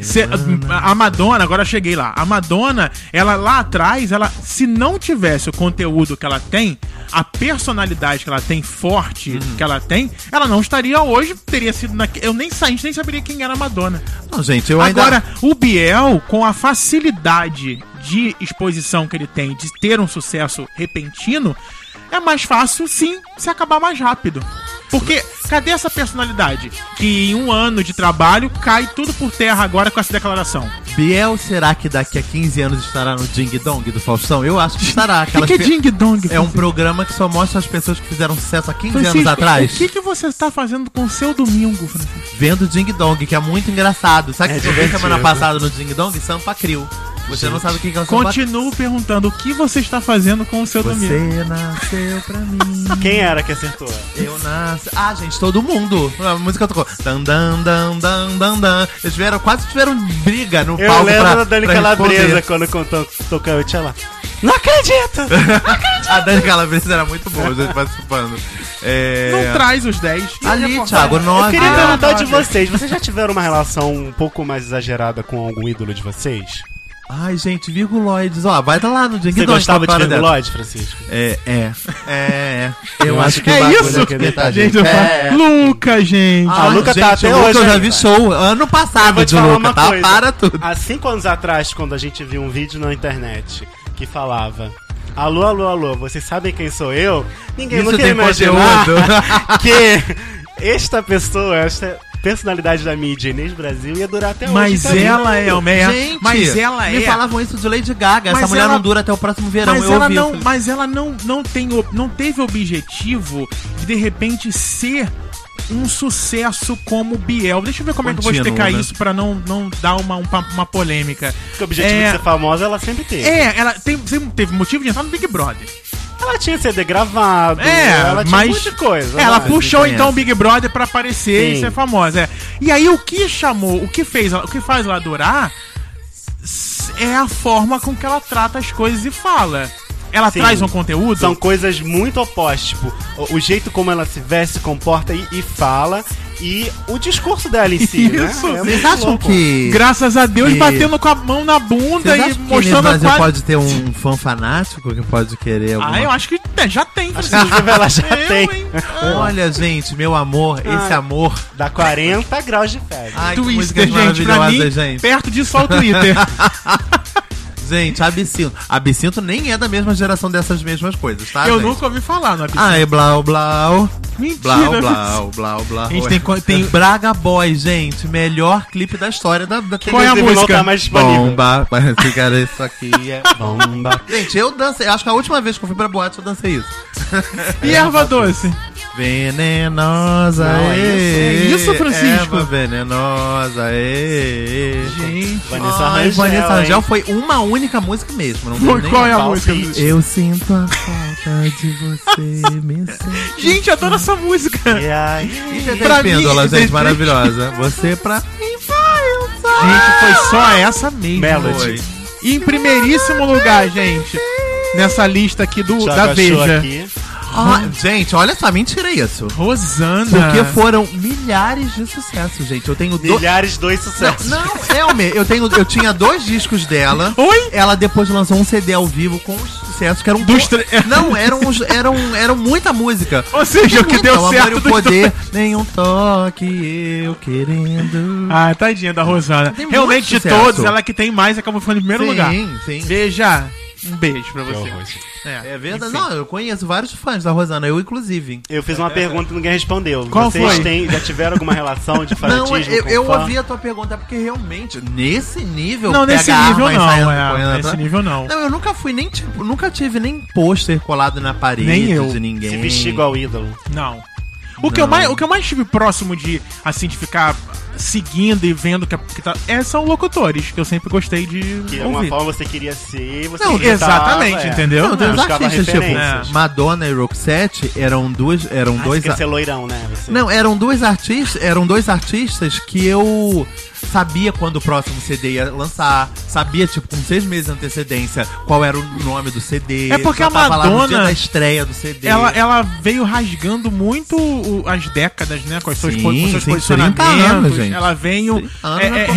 Speaker 2: Se- a Madonna, agora eu cheguei lá. A Madonna, ela lá atrás, ela se não tivesse o conteúdo que ela tem, a personalidade que ela tem, forte que ela tem, ela não estaria hoje, teria sido naque- Eu nem sa- a gente nem saberia quem era a Madonna.
Speaker 4: Não, gente, eu ainda.
Speaker 2: Agora, o Biel, com a facilidade de exposição que ele tem, de ter um sucesso repentino, é mais fácil, sim, se acabar mais rápido. Porque cadê essa personalidade? Que em um ano de trabalho cai tudo por terra agora com essa declaração.
Speaker 4: Biel, será que daqui a 15 anos estará no Ding Dong do Faustão? Eu acho que estará.
Speaker 2: O
Speaker 4: Aquelas
Speaker 2: que é
Speaker 4: pe-
Speaker 2: ding-dong?
Speaker 4: É um programa que só mostra as pessoas que fizeram sucesso há 15 anos
Speaker 2: Francisco,
Speaker 4: atrás.
Speaker 2: O que, que você está fazendo com o seu domingo, Francisco?
Speaker 4: Vendo Ding Dong, que é muito engraçado. Sabe o que eu vi
Speaker 3: divertido.
Speaker 4: semana passada no Ding Dong? Sampa Crio. Você não sabe o que que é o Sampa Crio.
Speaker 2: Continuo perguntando o que você está fazendo com o seu domingo.
Speaker 4: Você nasceu pra mim.
Speaker 3: Quem era que acertou?
Speaker 4: Eu nasci. Ah, gente, todo mundo. A música tocou. Dan, dan, dan, dan, dan, dan. Eles tiveram, quase tiveram briga no
Speaker 3: Eu
Speaker 4: palco.
Speaker 3: lembro
Speaker 4: pra,
Speaker 3: da Dani
Speaker 4: pra
Speaker 3: Calabresa
Speaker 4: responder.
Speaker 3: quando contou, tocou o Tia lá. Não acredito!
Speaker 4: [laughs] A Dani Calabresa era muito boa, a gente participando. É...
Speaker 2: Não traz os 10.
Speaker 4: Ali, Thiago,
Speaker 3: tá- Eu
Speaker 4: nós.
Speaker 3: queria
Speaker 2: Ah,
Speaker 3: perguntar de
Speaker 2: olha.
Speaker 3: vocês. Vocês já tiveram uma relação um pouco mais exagerada com algum ídolo de vocês?
Speaker 4: Ai, gente, virguloides. Ó, vai lá no Ding
Speaker 3: Você
Speaker 4: Dong.
Speaker 3: gostava de
Speaker 4: para tá dela.
Speaker 3: Virguloide, Francisco?
Speaker 4: É, é. É, é. Eu acho que o
Speaker 2: É
Speaker 4: bagulho
Speaker 2: isso? [laughs]
Speaker 4: aqui dentro da
Speaker 2: Gente, eu falo-
Speaker 4: É.
Speaker 2: Luca, gente.
Speaker 4: Ah,
Speaker 3: tá- A Luca tá até
Speaker 4: o Luca
Speaker 3: hoje
Speaker 4: Eu já
Speaker 3: ainda.
Speaker 4: vi show ano
Speaker 3: Ah,
Speaker 4: passado de Luca, tá? Para tudo.
Speaker 3: Há cinco anos atrás, quando a gente viu um vídeo na internet que falava... Alô, alô, alô, vocês sabem quem sou eu? Ninguém
Speaker 4: Isso
Speaker 3: nunca
Speaker 4: tem
Speaker 3: imaginar
Speaker 4: conteúdo.
Speaker 3: [laughs] que esta pessoa, esta personalidade da mídia Inês Brasil ia durar
Speaker 4: É,
Speaker 3: até
Speaker 2: Mas
Speaker 3: hoje. tá
Speaker 2: ela
Speaker 3: vivo.
Speaker 2: é o meia.
Speaker 4: Gente,
Speaker 2: Mas ela
Speaker 4: me
Speaker 2: é.
Speaker 4: falavam isso de Lady Gaga. Essa
Speaker 2: Mas
Speaker 4: mulher
Speaker 2: ela-
Speaker 4: não dura até o próximo verão.
Speaker 2: mas
Speaker 4: eu
Speaker 2: ela
Speaker 4: ouvi, eu
Speaker 2: não,
Speaker 4: falei,
Speaker 2: mas ela não, não tem, o- não teve objetivo de de repente ser um sucesso como o Biel. Deixa eu ver como é que eu vou
Speaker 4: Contínuo,
Speaker 2: explicar
Speaker 4: né?
Speaker 2: isso pra não, não dar uma, um pa- uma polêmica.
Speaker 3: Porque o objetivo
Speaker 2: é,
Speaker 3: de ser famosa ela sempre teve.
Speaker 2: é, ela tem, sempre teve motivo de entrar no Big Brother.
Speaker 3: Ela tinha CD gravado,
Speaker 2: É,
Speaker 3: ela tinha
Speaker 2: mas
Speaker 3: um monte de coisa.
Speaker 2: Ela
Speaker 3: mas-
Speaker 2: puxou
Speaker 4: conhece.
Speaker 2: então o Big Brother pra aparecer e
Speaker 3: Sim.
Speaker 2: ser famosa. é. E aí o que chamou, o que fez, ela- o que faz ela durar s- é a forma com que ela trata as coisas e fala. Ela
Speaker 3: Sim.
Speaker 2: traz um conteúdo.
Speaker 3: São coisas muito opostas, tipo, o, o jeito como ela se veste, se comporta e, e fala, e o discurso dela em si, né?
Speaker 2: Isso,
Speaker 3: É
Speaker 4: Vocês
Speaker 3: muito
Speaker 4: acham
Speaker 3: louco.
Speaker 4: que.
Speaker 2: Graças a Deus,
Speaker 4: E-
Speaker 2: batendo com a mão na bunda
Speaker 4: Vocês
Speaker 2: e
Speaker 4: acham que Inês
Speaker 2: mostrando a
Speaker 4: Brasil
Speaker 2: quali-
Speaker 4: pode ter um fã fanático que pode querer alguma
Speaker 2: Ah, eu acho que né, já tem.
Speaker 3: Acho que inclusive ela já
Speaker 2: Eu,
Speaker 3: tem.
Speaker 2: hein?
Speaker 4: Olha, gente, meu amor, esse amor.
Speaker 3: Dá 40 graus de febre.
Speaker 4: [laughs]
Speaker 2: Ah,
Speaker 4: Ai, que músicas
Speaker 2: Twitter, gente, pra mim,
Speaker 4: maravilhosas, gente. Ah,
Speaker 2: perto disso só o
Speaker 4: [laughs]
Speaker 2: Twitter.
Speaker 4: Gente, Absinto. Absinto nem é da mesma geração dessas mesmas coisas, tá?
Speaker 2: eu
Speaker 4: gente?
Speaker 2: nunca ouvi falar, não é?
Speaker 4: Ai, blau, blau.
Speaker 2: Mentira.
Speaker 4: Blau, blau, blau, blau. É.
Speaker 2: A gente tem co- tem-
Speaker 4: tem Braga Boy, gente. Melhor clipe da história da, da
Speaker 2: Qual é a
Speaker 4: televisão.
Speaker 3: Inclusive,
Speaker 2: música?
Speaker 3: Não tá mais disponível.
Speaker 4: Bomba. Esse cara, isso aqui é...
Speaker 3: Bomba.
Speaker 4: Gente, eu dancei. Acho que a última vez que eu fui pra boate, eu dancei isso.
Speaker 2: [laughs]
Speaker 4: é.
Speaker 2: E erva doce?
Speaker 4: Venenosa,
Speaker 3: Não, é
Speaker 4: ê,
Speaker 2: isso. É isso, Francisco?
Speaker 4: erva venenosa, ê, ê.
Speaker 2: Gente,
Speaker 3: Vanessa
Speaker 4: Ai,
Speaker 3: Rangel,
Speaker 4: Vanessa
Speaker 3: hein?
Speaker 4: Rangel foi uma única música mesmo. Não
Speaker 2: qual
Speaker 4: teve nem
Speaker 2: é a
Speaker 3: Palpite.
Speaker 2: música?
Speaker 4: Eu sinto a falta de você, [laughs] me sente.
Speaker 2: Gente, adoro essa música.
Speaker 3: E aí...
Speaker 2: Pra
Speaker 4: Pra
Speaker 2: mim,
Speaker 4: pêndula, gente,
Speaker 2: gente.
Speaker 4: maravilhosa. [laughs] Você pra.
Speaker 2: Gente, foi só essa mesmo.
Speaker 3: Melody.
Speaker 2: Em primeiríssimo lugar, gente. Nessa lista aqui do,
Speaker 3: Thiago
Speaker 2: da
Speaker 3: achou
Speaker 2: Veja.
Speaker 3: aqui.
Speaker 4: Ah, gente, olha só, mentira isso. Ah.
Speaker 2: Rosana.
Speaker 4: Porque foram milhares de sucessos, gente. Eu tenho dois.
Speaker 3: Milhares de dois sucessos.
Speaker 4: Não, Elmer, eu, tenho, eu tinha dois discos dela.
Speaker 2: Oi?
Speaker 4: Ela depois lançou um CD ao vivo com os sucessos que eram.
Speaker 2: Dos tre- [laughs]
Speaker 4: Não, eram, os- eram, eram muita música.
Speaker 2: Ou seja, o que deu
Speaker 4: Então, Amor
Speaker 2: certo
Speaker 4: e o
Speaker 2: dos
Speaker 4: poder, nenhum toque eu querendo.
Speaker 2: [laughs] Ah, tadinha da Rosana.
Speaker 4: Tem muito
Speaker 2: Realmente, de
Speaker 4: sucesso.
Speaker 2: todos, ela que tem mais é acabou ficando em primeiro lugar.
Speaker 4: sim.
Speaker 2: Veja, um beijo pra
Speaker 3: Que
Speaker 2: você.
Speaker 3: horror, gente.
Speaker 4: É verdade. Não, eu conheço vários fãs da Rosana, eu inclusive.
Speaker 3: Eu fiz uma pergunta e ninguém respondeu.
Speaker 2: Qual
Speaker 3: Vocês
Speaker 2: foi?
Speaker 3: têm- já tiveram alguma
Speaker 2: [laughs]
Speaker 3: relação de fanatismo
Speaker 4: Não, eu,
Speaker 3: com
Speaker 4: eu
Speaker 3: fã?
Speaker 4: ouvi a tua pergunta é porque realmente, nesse nível.
Speaker 2: Não,
Speaker 4: pega
Speaker 2: nesse
Speaker 4: a
Speaker 2: nível
Speaker 4: arma e
Speaker 2: não,
Speaker 4: sai
Speaker 2: é,
Speaker 4: correndo
Speaker 2: nesse
Speaker 4: atrás.
Speaker 2: nível não.
Speaker 4: tá? Não, eu nunca fui nem, tipo, nunca tive nem pôster colado na parede
Speaker 2: Nem eu.
Speaker 4: de ninguém.
Speaker 3: Se vestir igual ídolo.
Speaker 2: Não. O que, eu mais, o que eu mais tive próximo de, assim, de ficar seguindo e vendo que, que tá, é, são locutores, que eu sempre gostei de
Speaker 3: Que
Speaker 4: é
Speaker 3: de alguma
Speaker 2: ouvir.
Speaker 3: forma você queria ser, você
Speaker 2: Não,
Speaker 3: queria tá é.
Speaker 2: exatamente,
Speaker 3: estar,
Speaker 2: entendeu?
Speaker 4: Não, tem uns
Speaker 3: Buscava
Speaker 4: artistas, tipo,
Speaker 3: referências.
Speaker 4: né, Madonna e Roxette eram duas. Eram
Speaker 3: Ah,
Speaker 4: dois
Speaker 3: você quer ser loirão, né? Você-
Speaker 4: Não, eram dois artistas, eram dois artistas que eu sabia quando o próximo CD ia lançar, sabia tipo com seis meses de antecedência qual era o nome do CD.
Speaker 2: É porque
Speaker 4: já
Speaker 2: a
Speaker 4: tava lá no dia
Speaker 2: Madonna-
Speaker 4: da estreia do CD.
Speaker 2: Ela, é ela veio rasgando muito o- as décadas, né? Com, as suas,
Speaker 4: Sim,
Speaker 2: po- com seus
Speaker 4: tem 30
Speaker 2: posicionamentos.
Speaker 4: anos, gente.
Speaker 2: ela veio
Speaker 4: 30 anos
Speaker 2: é,
Speaker 4: não é
Speaker 2: é,
Speaker 4: pouca coisa,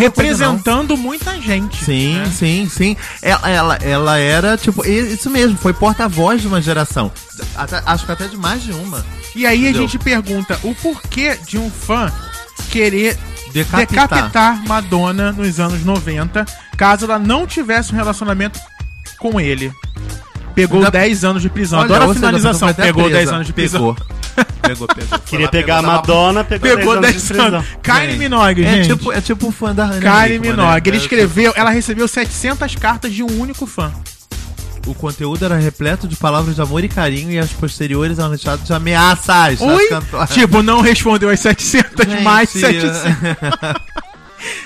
Speaker 2: representando muita gente.
Speaker 4: Sim,
Speaker 2: né?
Speaker 4: sim, sim. Ela, ela, ela era, tipo, e- isso mesmo, foi porta-voz de uma geração. Até- acho que até de mais de uma.
Speaker 2: E aí a
Speaker 4: Entendeu?
Speaker 2: gente pergunta o porquê de um fã querer
Speaker 4: Decapitar.
Speaker 2: decapitar Madonna nos anos 90, caso ela não tivesse um relacionamento com ele. Pegou
Speaker 4: Ainda-
Speaker 2: 10 anos de prisão.
Speaker 4: Olha,
Speaker 2: Adoro
Speaker 4: ou
Speaker 2: a
Speaker 4: seja,
Speaker 2: finalização.
Speaker 4: foi até
Speaker 2: Pegou
Speaker 4: presa.
Speaker 2: 10 anos de prisão.
Speaker 4: [laughs] Pegou. Pegou, pegou. Foi
Speaker 3: Queria
Speaker 4: lá,
Speaker 3: pegar a
Speaker 4: pegou, tava-
Speaker 3: Madonna, pegou,
Speaker 2: Pegou
Speaker 3: 10
Speaker 2: 10
Speaker 3: de prisão.
Speaker 2: anos. Kylie
Speaker 4: Gente,
Speaker 2: Minogue,
Speaker 4: É
Speaker 2: gente.
Speaker 4: tipo, é tipo o fã da Hannah
Speaker 2: Kylie
Speaker 4: Hickman, né?
Speaker 2: Minogue. Ele
Speaker 4: É,
Speaker 2: escreveu, ela recebeu 700 cartas de um único fã.
Speaker 4: O conteúdo era repleto de palavras de amor e carinho e as posteriores eram recheadas de ameaças. das
Speaker 2: Oi?
Speaker 4: cantoras.
Speaker 2: Tipo, não respondeu as 700,
Speaker 4: Gente, é.
Speaker 2: mais
Speaker 4: assim.
Speaker 2: 700.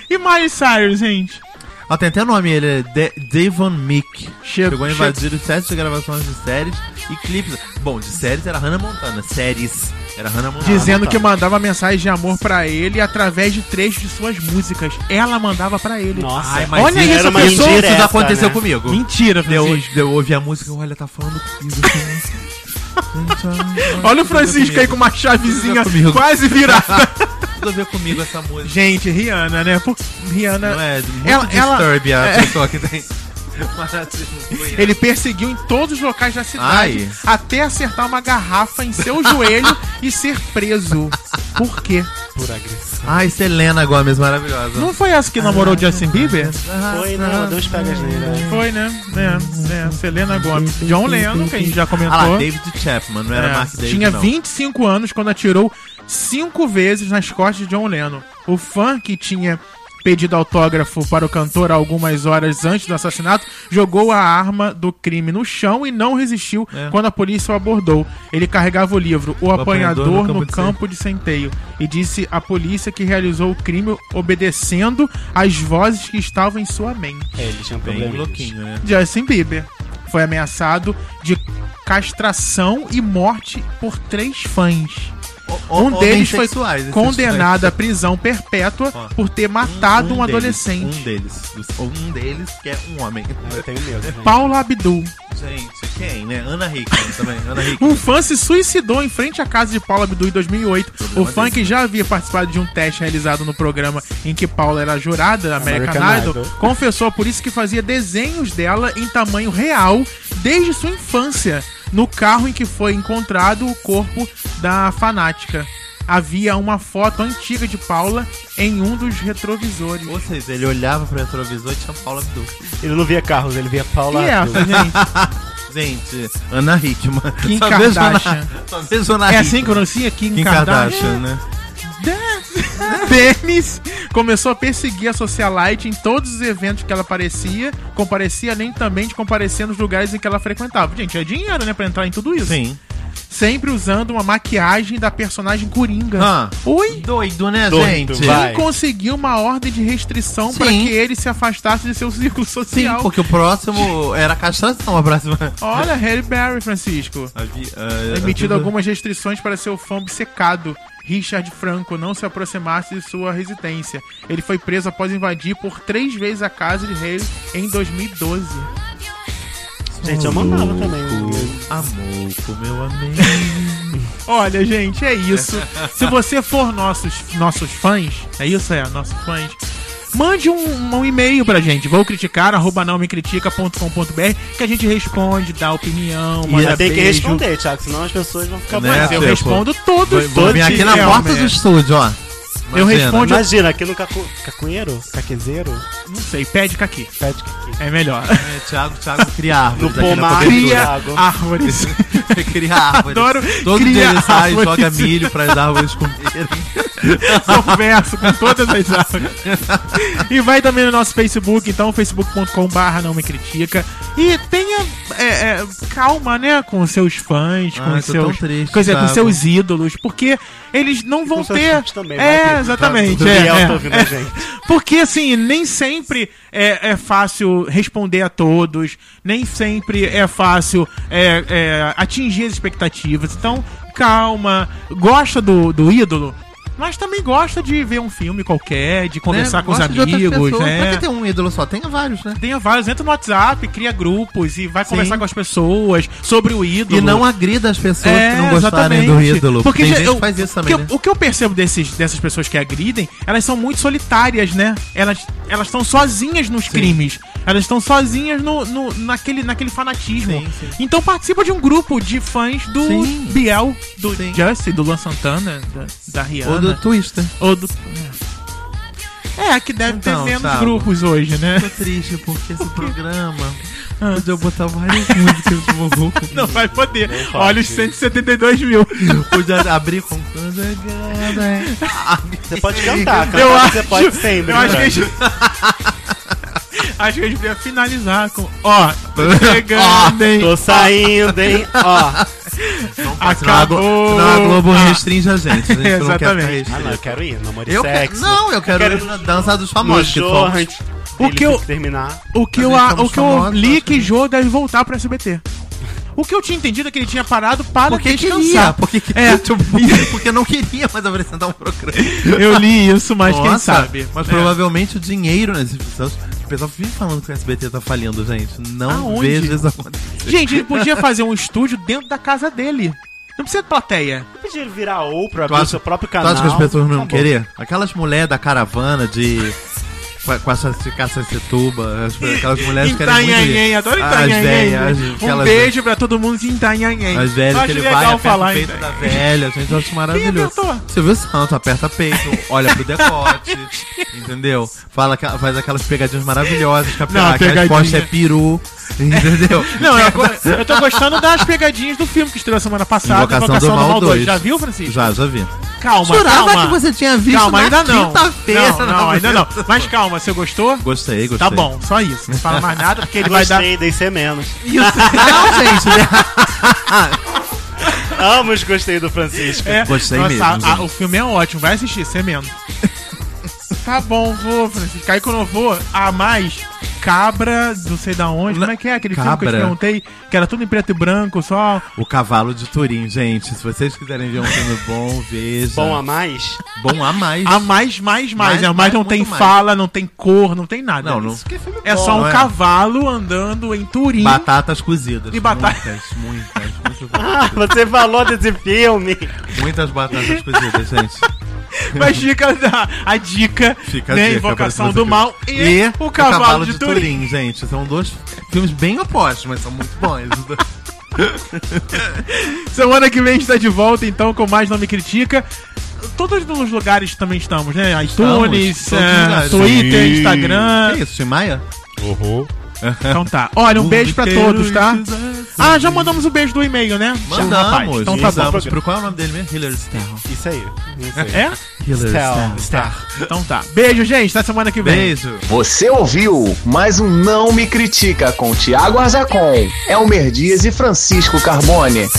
Speaker 2: E Miley Cyrus, gente?
Speaker 4: Ó, tem até nome, ele é De Devon Mick.
Speaker 2: Che-
Speaker 4: Chegou a
Speaker 2: che-
Speaker 4: invadir os sets de gravações de séries e clipes. Bom, de séries era Hannah Montana. Séries era Hannah Montana.
Speaker 2: Dizendo
Speaker 3: tá.
Speaker 2: que mandava mensagem de amor pra ele através de trechos de suas músicas. Ela mandava pra ele.
Speaker 3: Nossa,
Speaker 4: Ai, mas
Speaker 2: Olha
Speaker 4: isso,
Speaker 2: isso,
Speaker 4: era uma
Speaker 2: pessoa,
Speaker 4: indireta,
Speaker 3: isso
Speaker 4: isso aconteceu
Speaker 3: né?
Speaker 4: comigo.
Speaker 2: Mentira,
Speaker 4: Eu,
Speaker 2: Francisco.
Speaker 4: eu ouvi a música, olha, tá falando comigo. assim, né?
Speaker 2: [laughs] Olha o Francisco aí com uma chavezinha
Speaker 4: Comigo.
Speaker 2: quase virada.
Speaker 4: Tudo a ver comigo essa música.
Speaker 2: Gente, Rihanna, né? Por- Rihanna.
Speaker 4: Não é muito
Speaker 2: Ela- ela-
Speaker 4: disturb a
Speaker 2: é.
Speaker 4: pessoa
Speaker 2: [laughs]
Speaker 4: que tem. fanatismo por isso.
Speaker 2: Ele perseguiu em todos os locais da cidade
Speaker 4: Ai.
Speaker 2: até acertar uma garrafa em seu
Speaker 4: [laughs]
Speaker 2: joelho e ser preso. Por quê?
Speaker 3: Por agressão.
Speaker 4: Ai, Selena Ah, Gomes, maravilhosa. Ah
Speaker 2: Não foi essa que namorou Justin Bieber?
Speaker 3: Foi, não, deu os pegas nele. né?
Speaker 2: Ah, Foi, né? É, é, Selena Gomes. John Lennon, que a gente já comentou.
Speaker 4: Ah lá, David Chapman, não era
Speaker 2: É,
Speaker 4: Mark David,
Speaker 2: tinha
Speaker 4: não.
Speaker 2: 25 anos quando atirou cinco vezes nas costas de John Lennon. O fã que tinha pedido autógrafo para o cantor algumas horas antes do assassinato jogou a arma do crime no chão e não resistiu
Speaker 4: É.
Speaker 2: quando a polícia o abordou. Ele carregava o livro O, Apanhador,
Speaker 4: Apanhador no
Speaker 2: no
Speaker 4: Campo de
Speaker 2: Campo de Centeio e disse à polícia que realizou o crime obedecendo às vozes que estavam em sua mente.
Speaker 3: É, eles tinham
Speaker 4: Bem
Speaker 3: problema.
Speaker 4: louquinho, né?
Speaker 2: Justin Bieber foi ameaçado de castração e morte por três fãs. Um
Speaker 4: Homens
Speaker 2: deles foi
Speaker 4: sexuais, esses
Speaker 2: condenado à prisão perpétua
Speaker 4: Ó.
Speaker 2: por ter
Speaker 4: dois.
Speaker 2: matado um,
Speaker 4: deles,
Speaker 2: adolescente.
Speaker 4: Um deles. dos- Um deles que é um homem.
Speaker 3: Eu tenho medo.
Speaker 4: um
Speaker 3: né?
Speaker 2: Paula Abdul.
Speaker 4: Gente, quem, né? Ana Hickman também. Ana
Speaker 2: [laughs]
Speaker 4: Hickman.
Speaker 2: Um fã se suicidou em frente à casa de Paula Abdul em 2008. O fã
Speaker 4: né?
Speaker 2: que já havia participado de um teste realizado no programa em que Paula era jurada da American,
Speaker 3: American
Speaker 2: Idol,
Speaker 3: Idol.
Speaker 2: confessou por isso que fazia desenhos dela em tamanho real desde sua infância, no carro em que foi encontrado o corpo da fanática. Havia uma foto antiga de Paula em um dos retrovisores.
Speaker 4: Ou seja, ele olhava pro retrovisor e tinha Paula Abdul.
Speaker 3: Ele não via carros, ele via
Speaker 2: E
Speaker 3: Paula. Abdul.
Speaker 2: essa, gente?
Speaker 4: Gente, Ana Hickman.
Speaker 2: Kim
Speaker 4: Só vejo Ana-
Speaker 2: Kardashian.
Speaker 4: Só vejo Ana
Speaker 2: É
Speaker 4: Hickman.
Speaker 2: assim que pronuncia? Kim,
Speaker 4: Kim Kardashian, né?
Speaker 2: Tênis começou a perseguir a socialite em todos os eventos que ela aparecia, comparecia, nem também de comparecer nos lugares em que ela frequentava. Gente, é dinheiro, né, pra entrar em tudo isso.
Speaker 4: Sim.
Speaker 2: Sempre usando uma maquiagem da personagem Coringa.
Speaker 4: Ah.
Speaker 2: Oi?
Speaker 4: Doido, né,
Speaker 3: Doido,
Speaker 4: gente?
Speaker 3: vai.
Speaker 2: E conseguiu uma ordem de restrição para
Speaker 4: Sim.
Speaker 2: que ele se afastasse de seu círculo
Speaker 4: Sim,
Speaker 2: social.
Speaker 4: porque o próximo era castração, a próxima.
Speaker 2: Olha, Harry Berry, Francisco.
Speaker 4: Havia,
Speaker 2: Tá emitido algumas restrições para seu fã obcecado, Richard Franco, não se aproximasse de sua residência. Ele foi preso após invadir por três vezes a casa de Haley em 2012.
Speaker 3: Gente, eu mandava também.
Speaker 4: Amor, meu amigo.
Speaker 2: Olha, gente, é
Speaker 4: [laughs]
Speaker 2: isso. Se você for nossos, nossos fãs, é isso, é, nossos fãs. Mande um, um e-mail pra gente, vou criticar, arroba não me critica.com.br, que a gente responde, dá opinião,
Speaker 3: Mas
Speaker 2: manda
Speaker 3: tem que
Speaker 2: beijo.
Speaker 3: responder, Thiago, senão as pessoas vão ficar
Speaker 4: Né?
Speaker 3: bravas.
Speaker 2: Eu
Speaker 4: Tipo,
Speaker 2: respondo todos,
Speaker 4: Vou vir aqui na porta do estúdio, ó.
Speaker 2: Eu respondo-
Speaker 3: Imagina, aqui no cacu... Cacunheiro? Caquezeiro?
Speaker 2: Não sei, pede caqui.
Speaker 3: Pede caqui.
Speaker 2: É melhor.
Speaker 4: É, Thiago, Thiago, cria árvores
Speaker 3: No
Speaker 4: aqui na
Speaker 3: pomar.
Speaker 4: cobertura.
Speaker 2: Cria
Speaker 3: Thiago.
Speaker 2: árvores.
Speaker 4: Cria árvores.
Speaker 2: Adoro
Speaker 4: Todo
Speaker 2: cria
Speaker 4: dia ele sai e
Speaker 2: árvores. [laughs]
Speaker 4: joga milho para as árvores comerem.
Speaker 2: converso com todas as águas. E vai também no nosso Facebook, então, facebook.com.br não me critica. E tenha é, é, calma, né, com seus fãs, com
Speaker 4: Ai, Ah, tô tão
Speaker 2: seus.
Speaker 4: triste,
Speaker 2: Quer dizer, com
Speaker 4: Thiago.
Speaker 2: seus ídolos, porque eles não vão
Speaker 3: seus
Speaker 2: ter.
Speaker 3: fãs também, vai
Speaker 2: é,
Speaker 3: ter.
Speaker 2: exatamente.
Speaker 3: O
Speaker 2: é,
Speaker 3: Biel
Speaker 2: é,
Speaker 3: tá ouvindo a
Speaker 4: né,
Speaker 2: é.
Speaker 3: gente.
Speaker 2: Porque, assim, nem sempre é, é fácil responder a todos, nem sempre é fácil é, é, atingir as expectativas. Então, calma, gosta do, do ídolo, mas também gosta de ver um filme qualquer, de conversar
Speaker 4: Né?
Speaker 2: com os
Speaker 4: Gosta de outras
Speaker 2: amigos,
Speaker 4: pessoas. Pra
Speaker 2: né?
Speaker 4: que tem um ídolo só? Tenha vários, né?
Speaker 2: Tenha vários, entra no WhatsApp, cria grupos e vai conversar com as pessoas sobre o ídolo.
Speaker 4: E não agrida as pessoas
Speaker 2: É,
Speaker 4: que não gostarem
Speaker 2: exatamente.
Speaker 4: do ídolo.
Speaker 2: Porque
Speaker 4: tem
Speaker 2: já-
Speaker 4: gente
Speaker 2: eu-
Speaker 4: que faz isso
Speaker 2: o
Speaker 4: também,
Speaker 2: que
Speaker 4: né?
Speaker 2: eu- O que eu percebo desses, dessas pessoas que agridem, elas são muito solitárias, né? Elas elas estão sozinhas nos crimes. Elas estão sozinhas no, no- naquele, naquele fanatismo.
Speaker 4: Sim, sim.
Speaker 2: Então participa de um grupo de fãs do
Speaker 4: Sim.
Speaker 2: Biel, do
Speaker 4: Sim.
Speaker 2: Justin, do Luan Santana, da, da Rihanna.
Speaker 4: Ou do Twister.
Speaker 2: Ou do- É, que deve
Speaker 4: Então,
Speaker 2: ter menos
Speaker 4: Thiago.
Speaker 2: grupos hoje,
Speaker 4: [laughs]
Speaker 2: né?
Speaker 4: Tô triste porque [laughs] esse programa onde eu botar várias músicas de [laughs] vovô.
Speaker 2: Não vai poder.
Speaker 3: pode.
Speaker 2: Olha os 172 mil.
Speaker 4: Onde eu abrir com é Você
Speaker 3: Você pode cantar, cara.
Speaker 2: Eu
Speaker 3: você
Speaker 2: acho-
Speaker 3: pode
Speaker 4: É
Speaker 3: sempre.
Speaker 2: Eu acho que
Speaker 3: né?
Speaker 2: a gente. [laughs] acho que a gente devia finalizar com.
Speaker 4: [laughs]
Speaker 2: Ó, tô chegando, hein?
Speaker 3: Tô saindo, hein? Ó.
Speaker 2: Acabou.
Speaker 4: Senão a Globo
Speaker 2: Ah,
Speaker 4: restringe a gente. A gente não quer
Speaker 2: Exatamente.
Speaker 4: ficar
Speaker 3: Ah, não,
Speaker 4: restrito.
Speaker 3: eu quero ir. Namoro e
Speaker 4: Eu quero-
Speaker 3: sexo.
Speaker 4: Não, eu quero,
Speaker 3: quero
Speaker 4: ir na dança dos
Speaker 3: No
Speaker 4: famosos. que
Speaker 3: jorro,
Speaker 4: fomos.
Speaker 3: antes
Speaker 2: O
Speaker 3: dele
Speaker 2: que eu-
Speaker 3: terminar.
Speaker 2: o que eu,
Speaker 4: Nós
Speaker 2: o
Speaker 4: estamos
Speaker 2: que eu
Speaker 4: famosos,
Speaker 2: li
Speaker 4: acho
Speaker 2: que
Speaker 4: que-
Speaker 2: Jô deve voltar pro SBT. O que eu tinha entendido é que ele tinha parado para
Speaker 4: Porque queria,
Speaker 2: descansar.
Speaker 4: porque, que- [laughs]
Speaker 2: É.
Speaker 4: tipo, porque não queria mais apresentar um programa.
Speaker 2: [laughs] Eu li isso, mas quem
Speaker 4: Nossa,
Speaker 2: sabe?
Speaker 4: Mas
Speaker 2: É.
Speaker 4: provavelmente o dinheiro nas instituições. O pessoal vive falando que o SBT tá falindo, gente. Não
Speaker 2: Aonde?
Speaker 4: vejo isso acontecer.
Speaker 2: Gente, ele podia fazer um estúdio dentro da casa dele. Não precisa de plateia.
Speaker 3: Eu pedi ele virar ou pra abrir
Speaker 4: Tu
Speaker 3: o
Speaker 4: acha-
Speaker 3: seu próprio
Speaker 4: Tu
Speaker 3: canal. Tá
Speaker 4: acha que as pessoas
Speaker 2: Tá
Speaker 4: não vão
Speaker 3: Acabou.
Speaker 4: querer? Aquelas mulheres da caravana de. com a- Com essa caça-setuba, aquelas mulheres que querem muito ir.
Speaker 2: Intanhanhen, adoro
Speaker 4: As
Speaker 2: Intanhanhen.
Speaker 4: velhas,
Speaker 2: Um
Speaker 4: aquelas-
Speaker 2: beijo pra todo mundo de Intanhanhen.
Speaker 4: As velhas
Speaker 2: Eu
Speaker 4: que
Speaker 2: acho
Speaker 4: ele
Speaker 2: legal
Speaker 4: vai, aperta
Speaker 2: falar
Speaker 4: o peito da
Speaker 2: Intanhanhen.
Speaker 4: velha, gente, eu acho maravilhoso.
Speaker 2: Quem apertou?
Speaker 4: Silvio Santo aperta peito, olha pro decote, entendeu? Fala, aquela- faz aquelas pegadinhas maravilhosas, que a,
Speaker 2: Não,
Speaker 4: que a
Speaker 2: pegadinha.
Speaker 4: resposta é peru, entendeu?
Speaker 2: Não,
Speaker 4: [laughs]
Speaker 2: eu, go- eu tô gostando das pegadinhas do filme que estreou semana passada,
Speaker 4: Invocação, do Mal 2.
Speaker 2: Já viu, Francisco?
Speaker 4: Já, já vi.
Speaker 2: Calma, calma.
Speaker 4: tinha visto
Speaker 2: calma, ainda não. Não, não,
Speaker 4: na
Speaker 2: ainda não.
Speaker 4: verdade.
Speaker 2: Mas calma, você gostou?
Speaker 4: Gostei, gostei.
Speaker 2: Tá bom, só isso. Não fala mais nada,
Speaker 4: Ah,
Speaker 2: porque ele vai dar...
Speaker 3: Gostei, dei ser menos.
Speaker 4: [laughs] Não, gente, né?
Speaker 3: Amo os gostei do Francisco.
Speaker 2: É,
Speaker 4: Gostei mesmo,
Speaker 2: ah,
Speaker 4: gente.
Speaker 2: o filme é ótimo, vai assistir, você
Speaker 4: [laughs]
Speaker 2: mesmo. tá bom, vou, Francisco. Aí quando eu vou, a mais... Cabra, não sei da onde, como é que é aquele filme que eu te
Speaker 4: Cabra?
Speaker 2: perguntei? Que era tudo em preto e branco, só...
Speaker 4: O Cavalo de Turim, gente. Se vocês quiserem ver um filme bom, vejam.
Speaker 3: Bom a mais? [laughs]
Speaker 4: Bom a mais.
Speaker 2: A mais, mais, mais.
Speaker 4: Mais,
Speaker 2: né? Mas
Speaker 4: mais,
Speaker 2: não
Speaker 4: muito
Speaker 2: tem
Speaker 4: mais.
Speaker 2: fala, não tem cor, não tem nada.
Speaker 4: Não, não.
Speaker 2: É só um
Speaker 4: é?
Speaker 2: cavalo andando em Turim.
Speaker 4: Batatas cozidas.
Speaker 2: E batata-
Speaker 4: Muitas, muitas, muitas,
Speaker 2: [laughs]
Speaker 3: Ah, você falou desse filme.
Speaker 4: muitas batatas cozidas, gente.
Speaker 2: Mas fica a, a dica,
Speaker 4: Fica a
Speaker 2: né?
Speaker 4: dica pra
Speaker 2: Invocação
Speaker 4: você
Speaker 2: do
Speaker 4: ver.
Speaker 2: Mal e, o, cavalo de, Turim.
Speaker 4: gente. São dois filmes bem opostos, mas são muito bons. os dois.
Speaker 2: Semana que vem a gente tá de volta, então, com mais Não Me Critica. Todos nos lugares também estamos, né? iTunes,
Speaker 4: Estamos, todos
Speaker 2: eh,
Speaker 4: lugares.
Speaker 2: Twitter,
Speaker 4: Sim.
Speaker 2: Instagram.
Speaker 4: Que isso, Tim Maia?
Speaker 2: Então tá. Olha, um
Speaker 4: Mundo
Speaker 2: beijo pra
Speaker 4: inteiro
Speaker 2: todos, tá?
Speaker 4: precisa
Speaker 2: Ah, já mandamos o beijo do e-mail, né? Rapaz,
Speaker 4: Mandamos.
Speaker 2: Então tá bom.
Speaker 4: mandamos pro qual é o nome dele mesmo? Hillary Stell.
Speaker 3: Isso aí. Isso aí.
Speaker 2: É?
Speaker 4: Hillary
Speaker 3: Stell.
Speaker 2: Então tá. Beijo, gente. Até semana que vem.
Speaker 4: Beijo.
Speaker 1: Você ouviu mais um Não Me Critica com Tiago Arzacon, Elmer Dias e Francisco Carbone.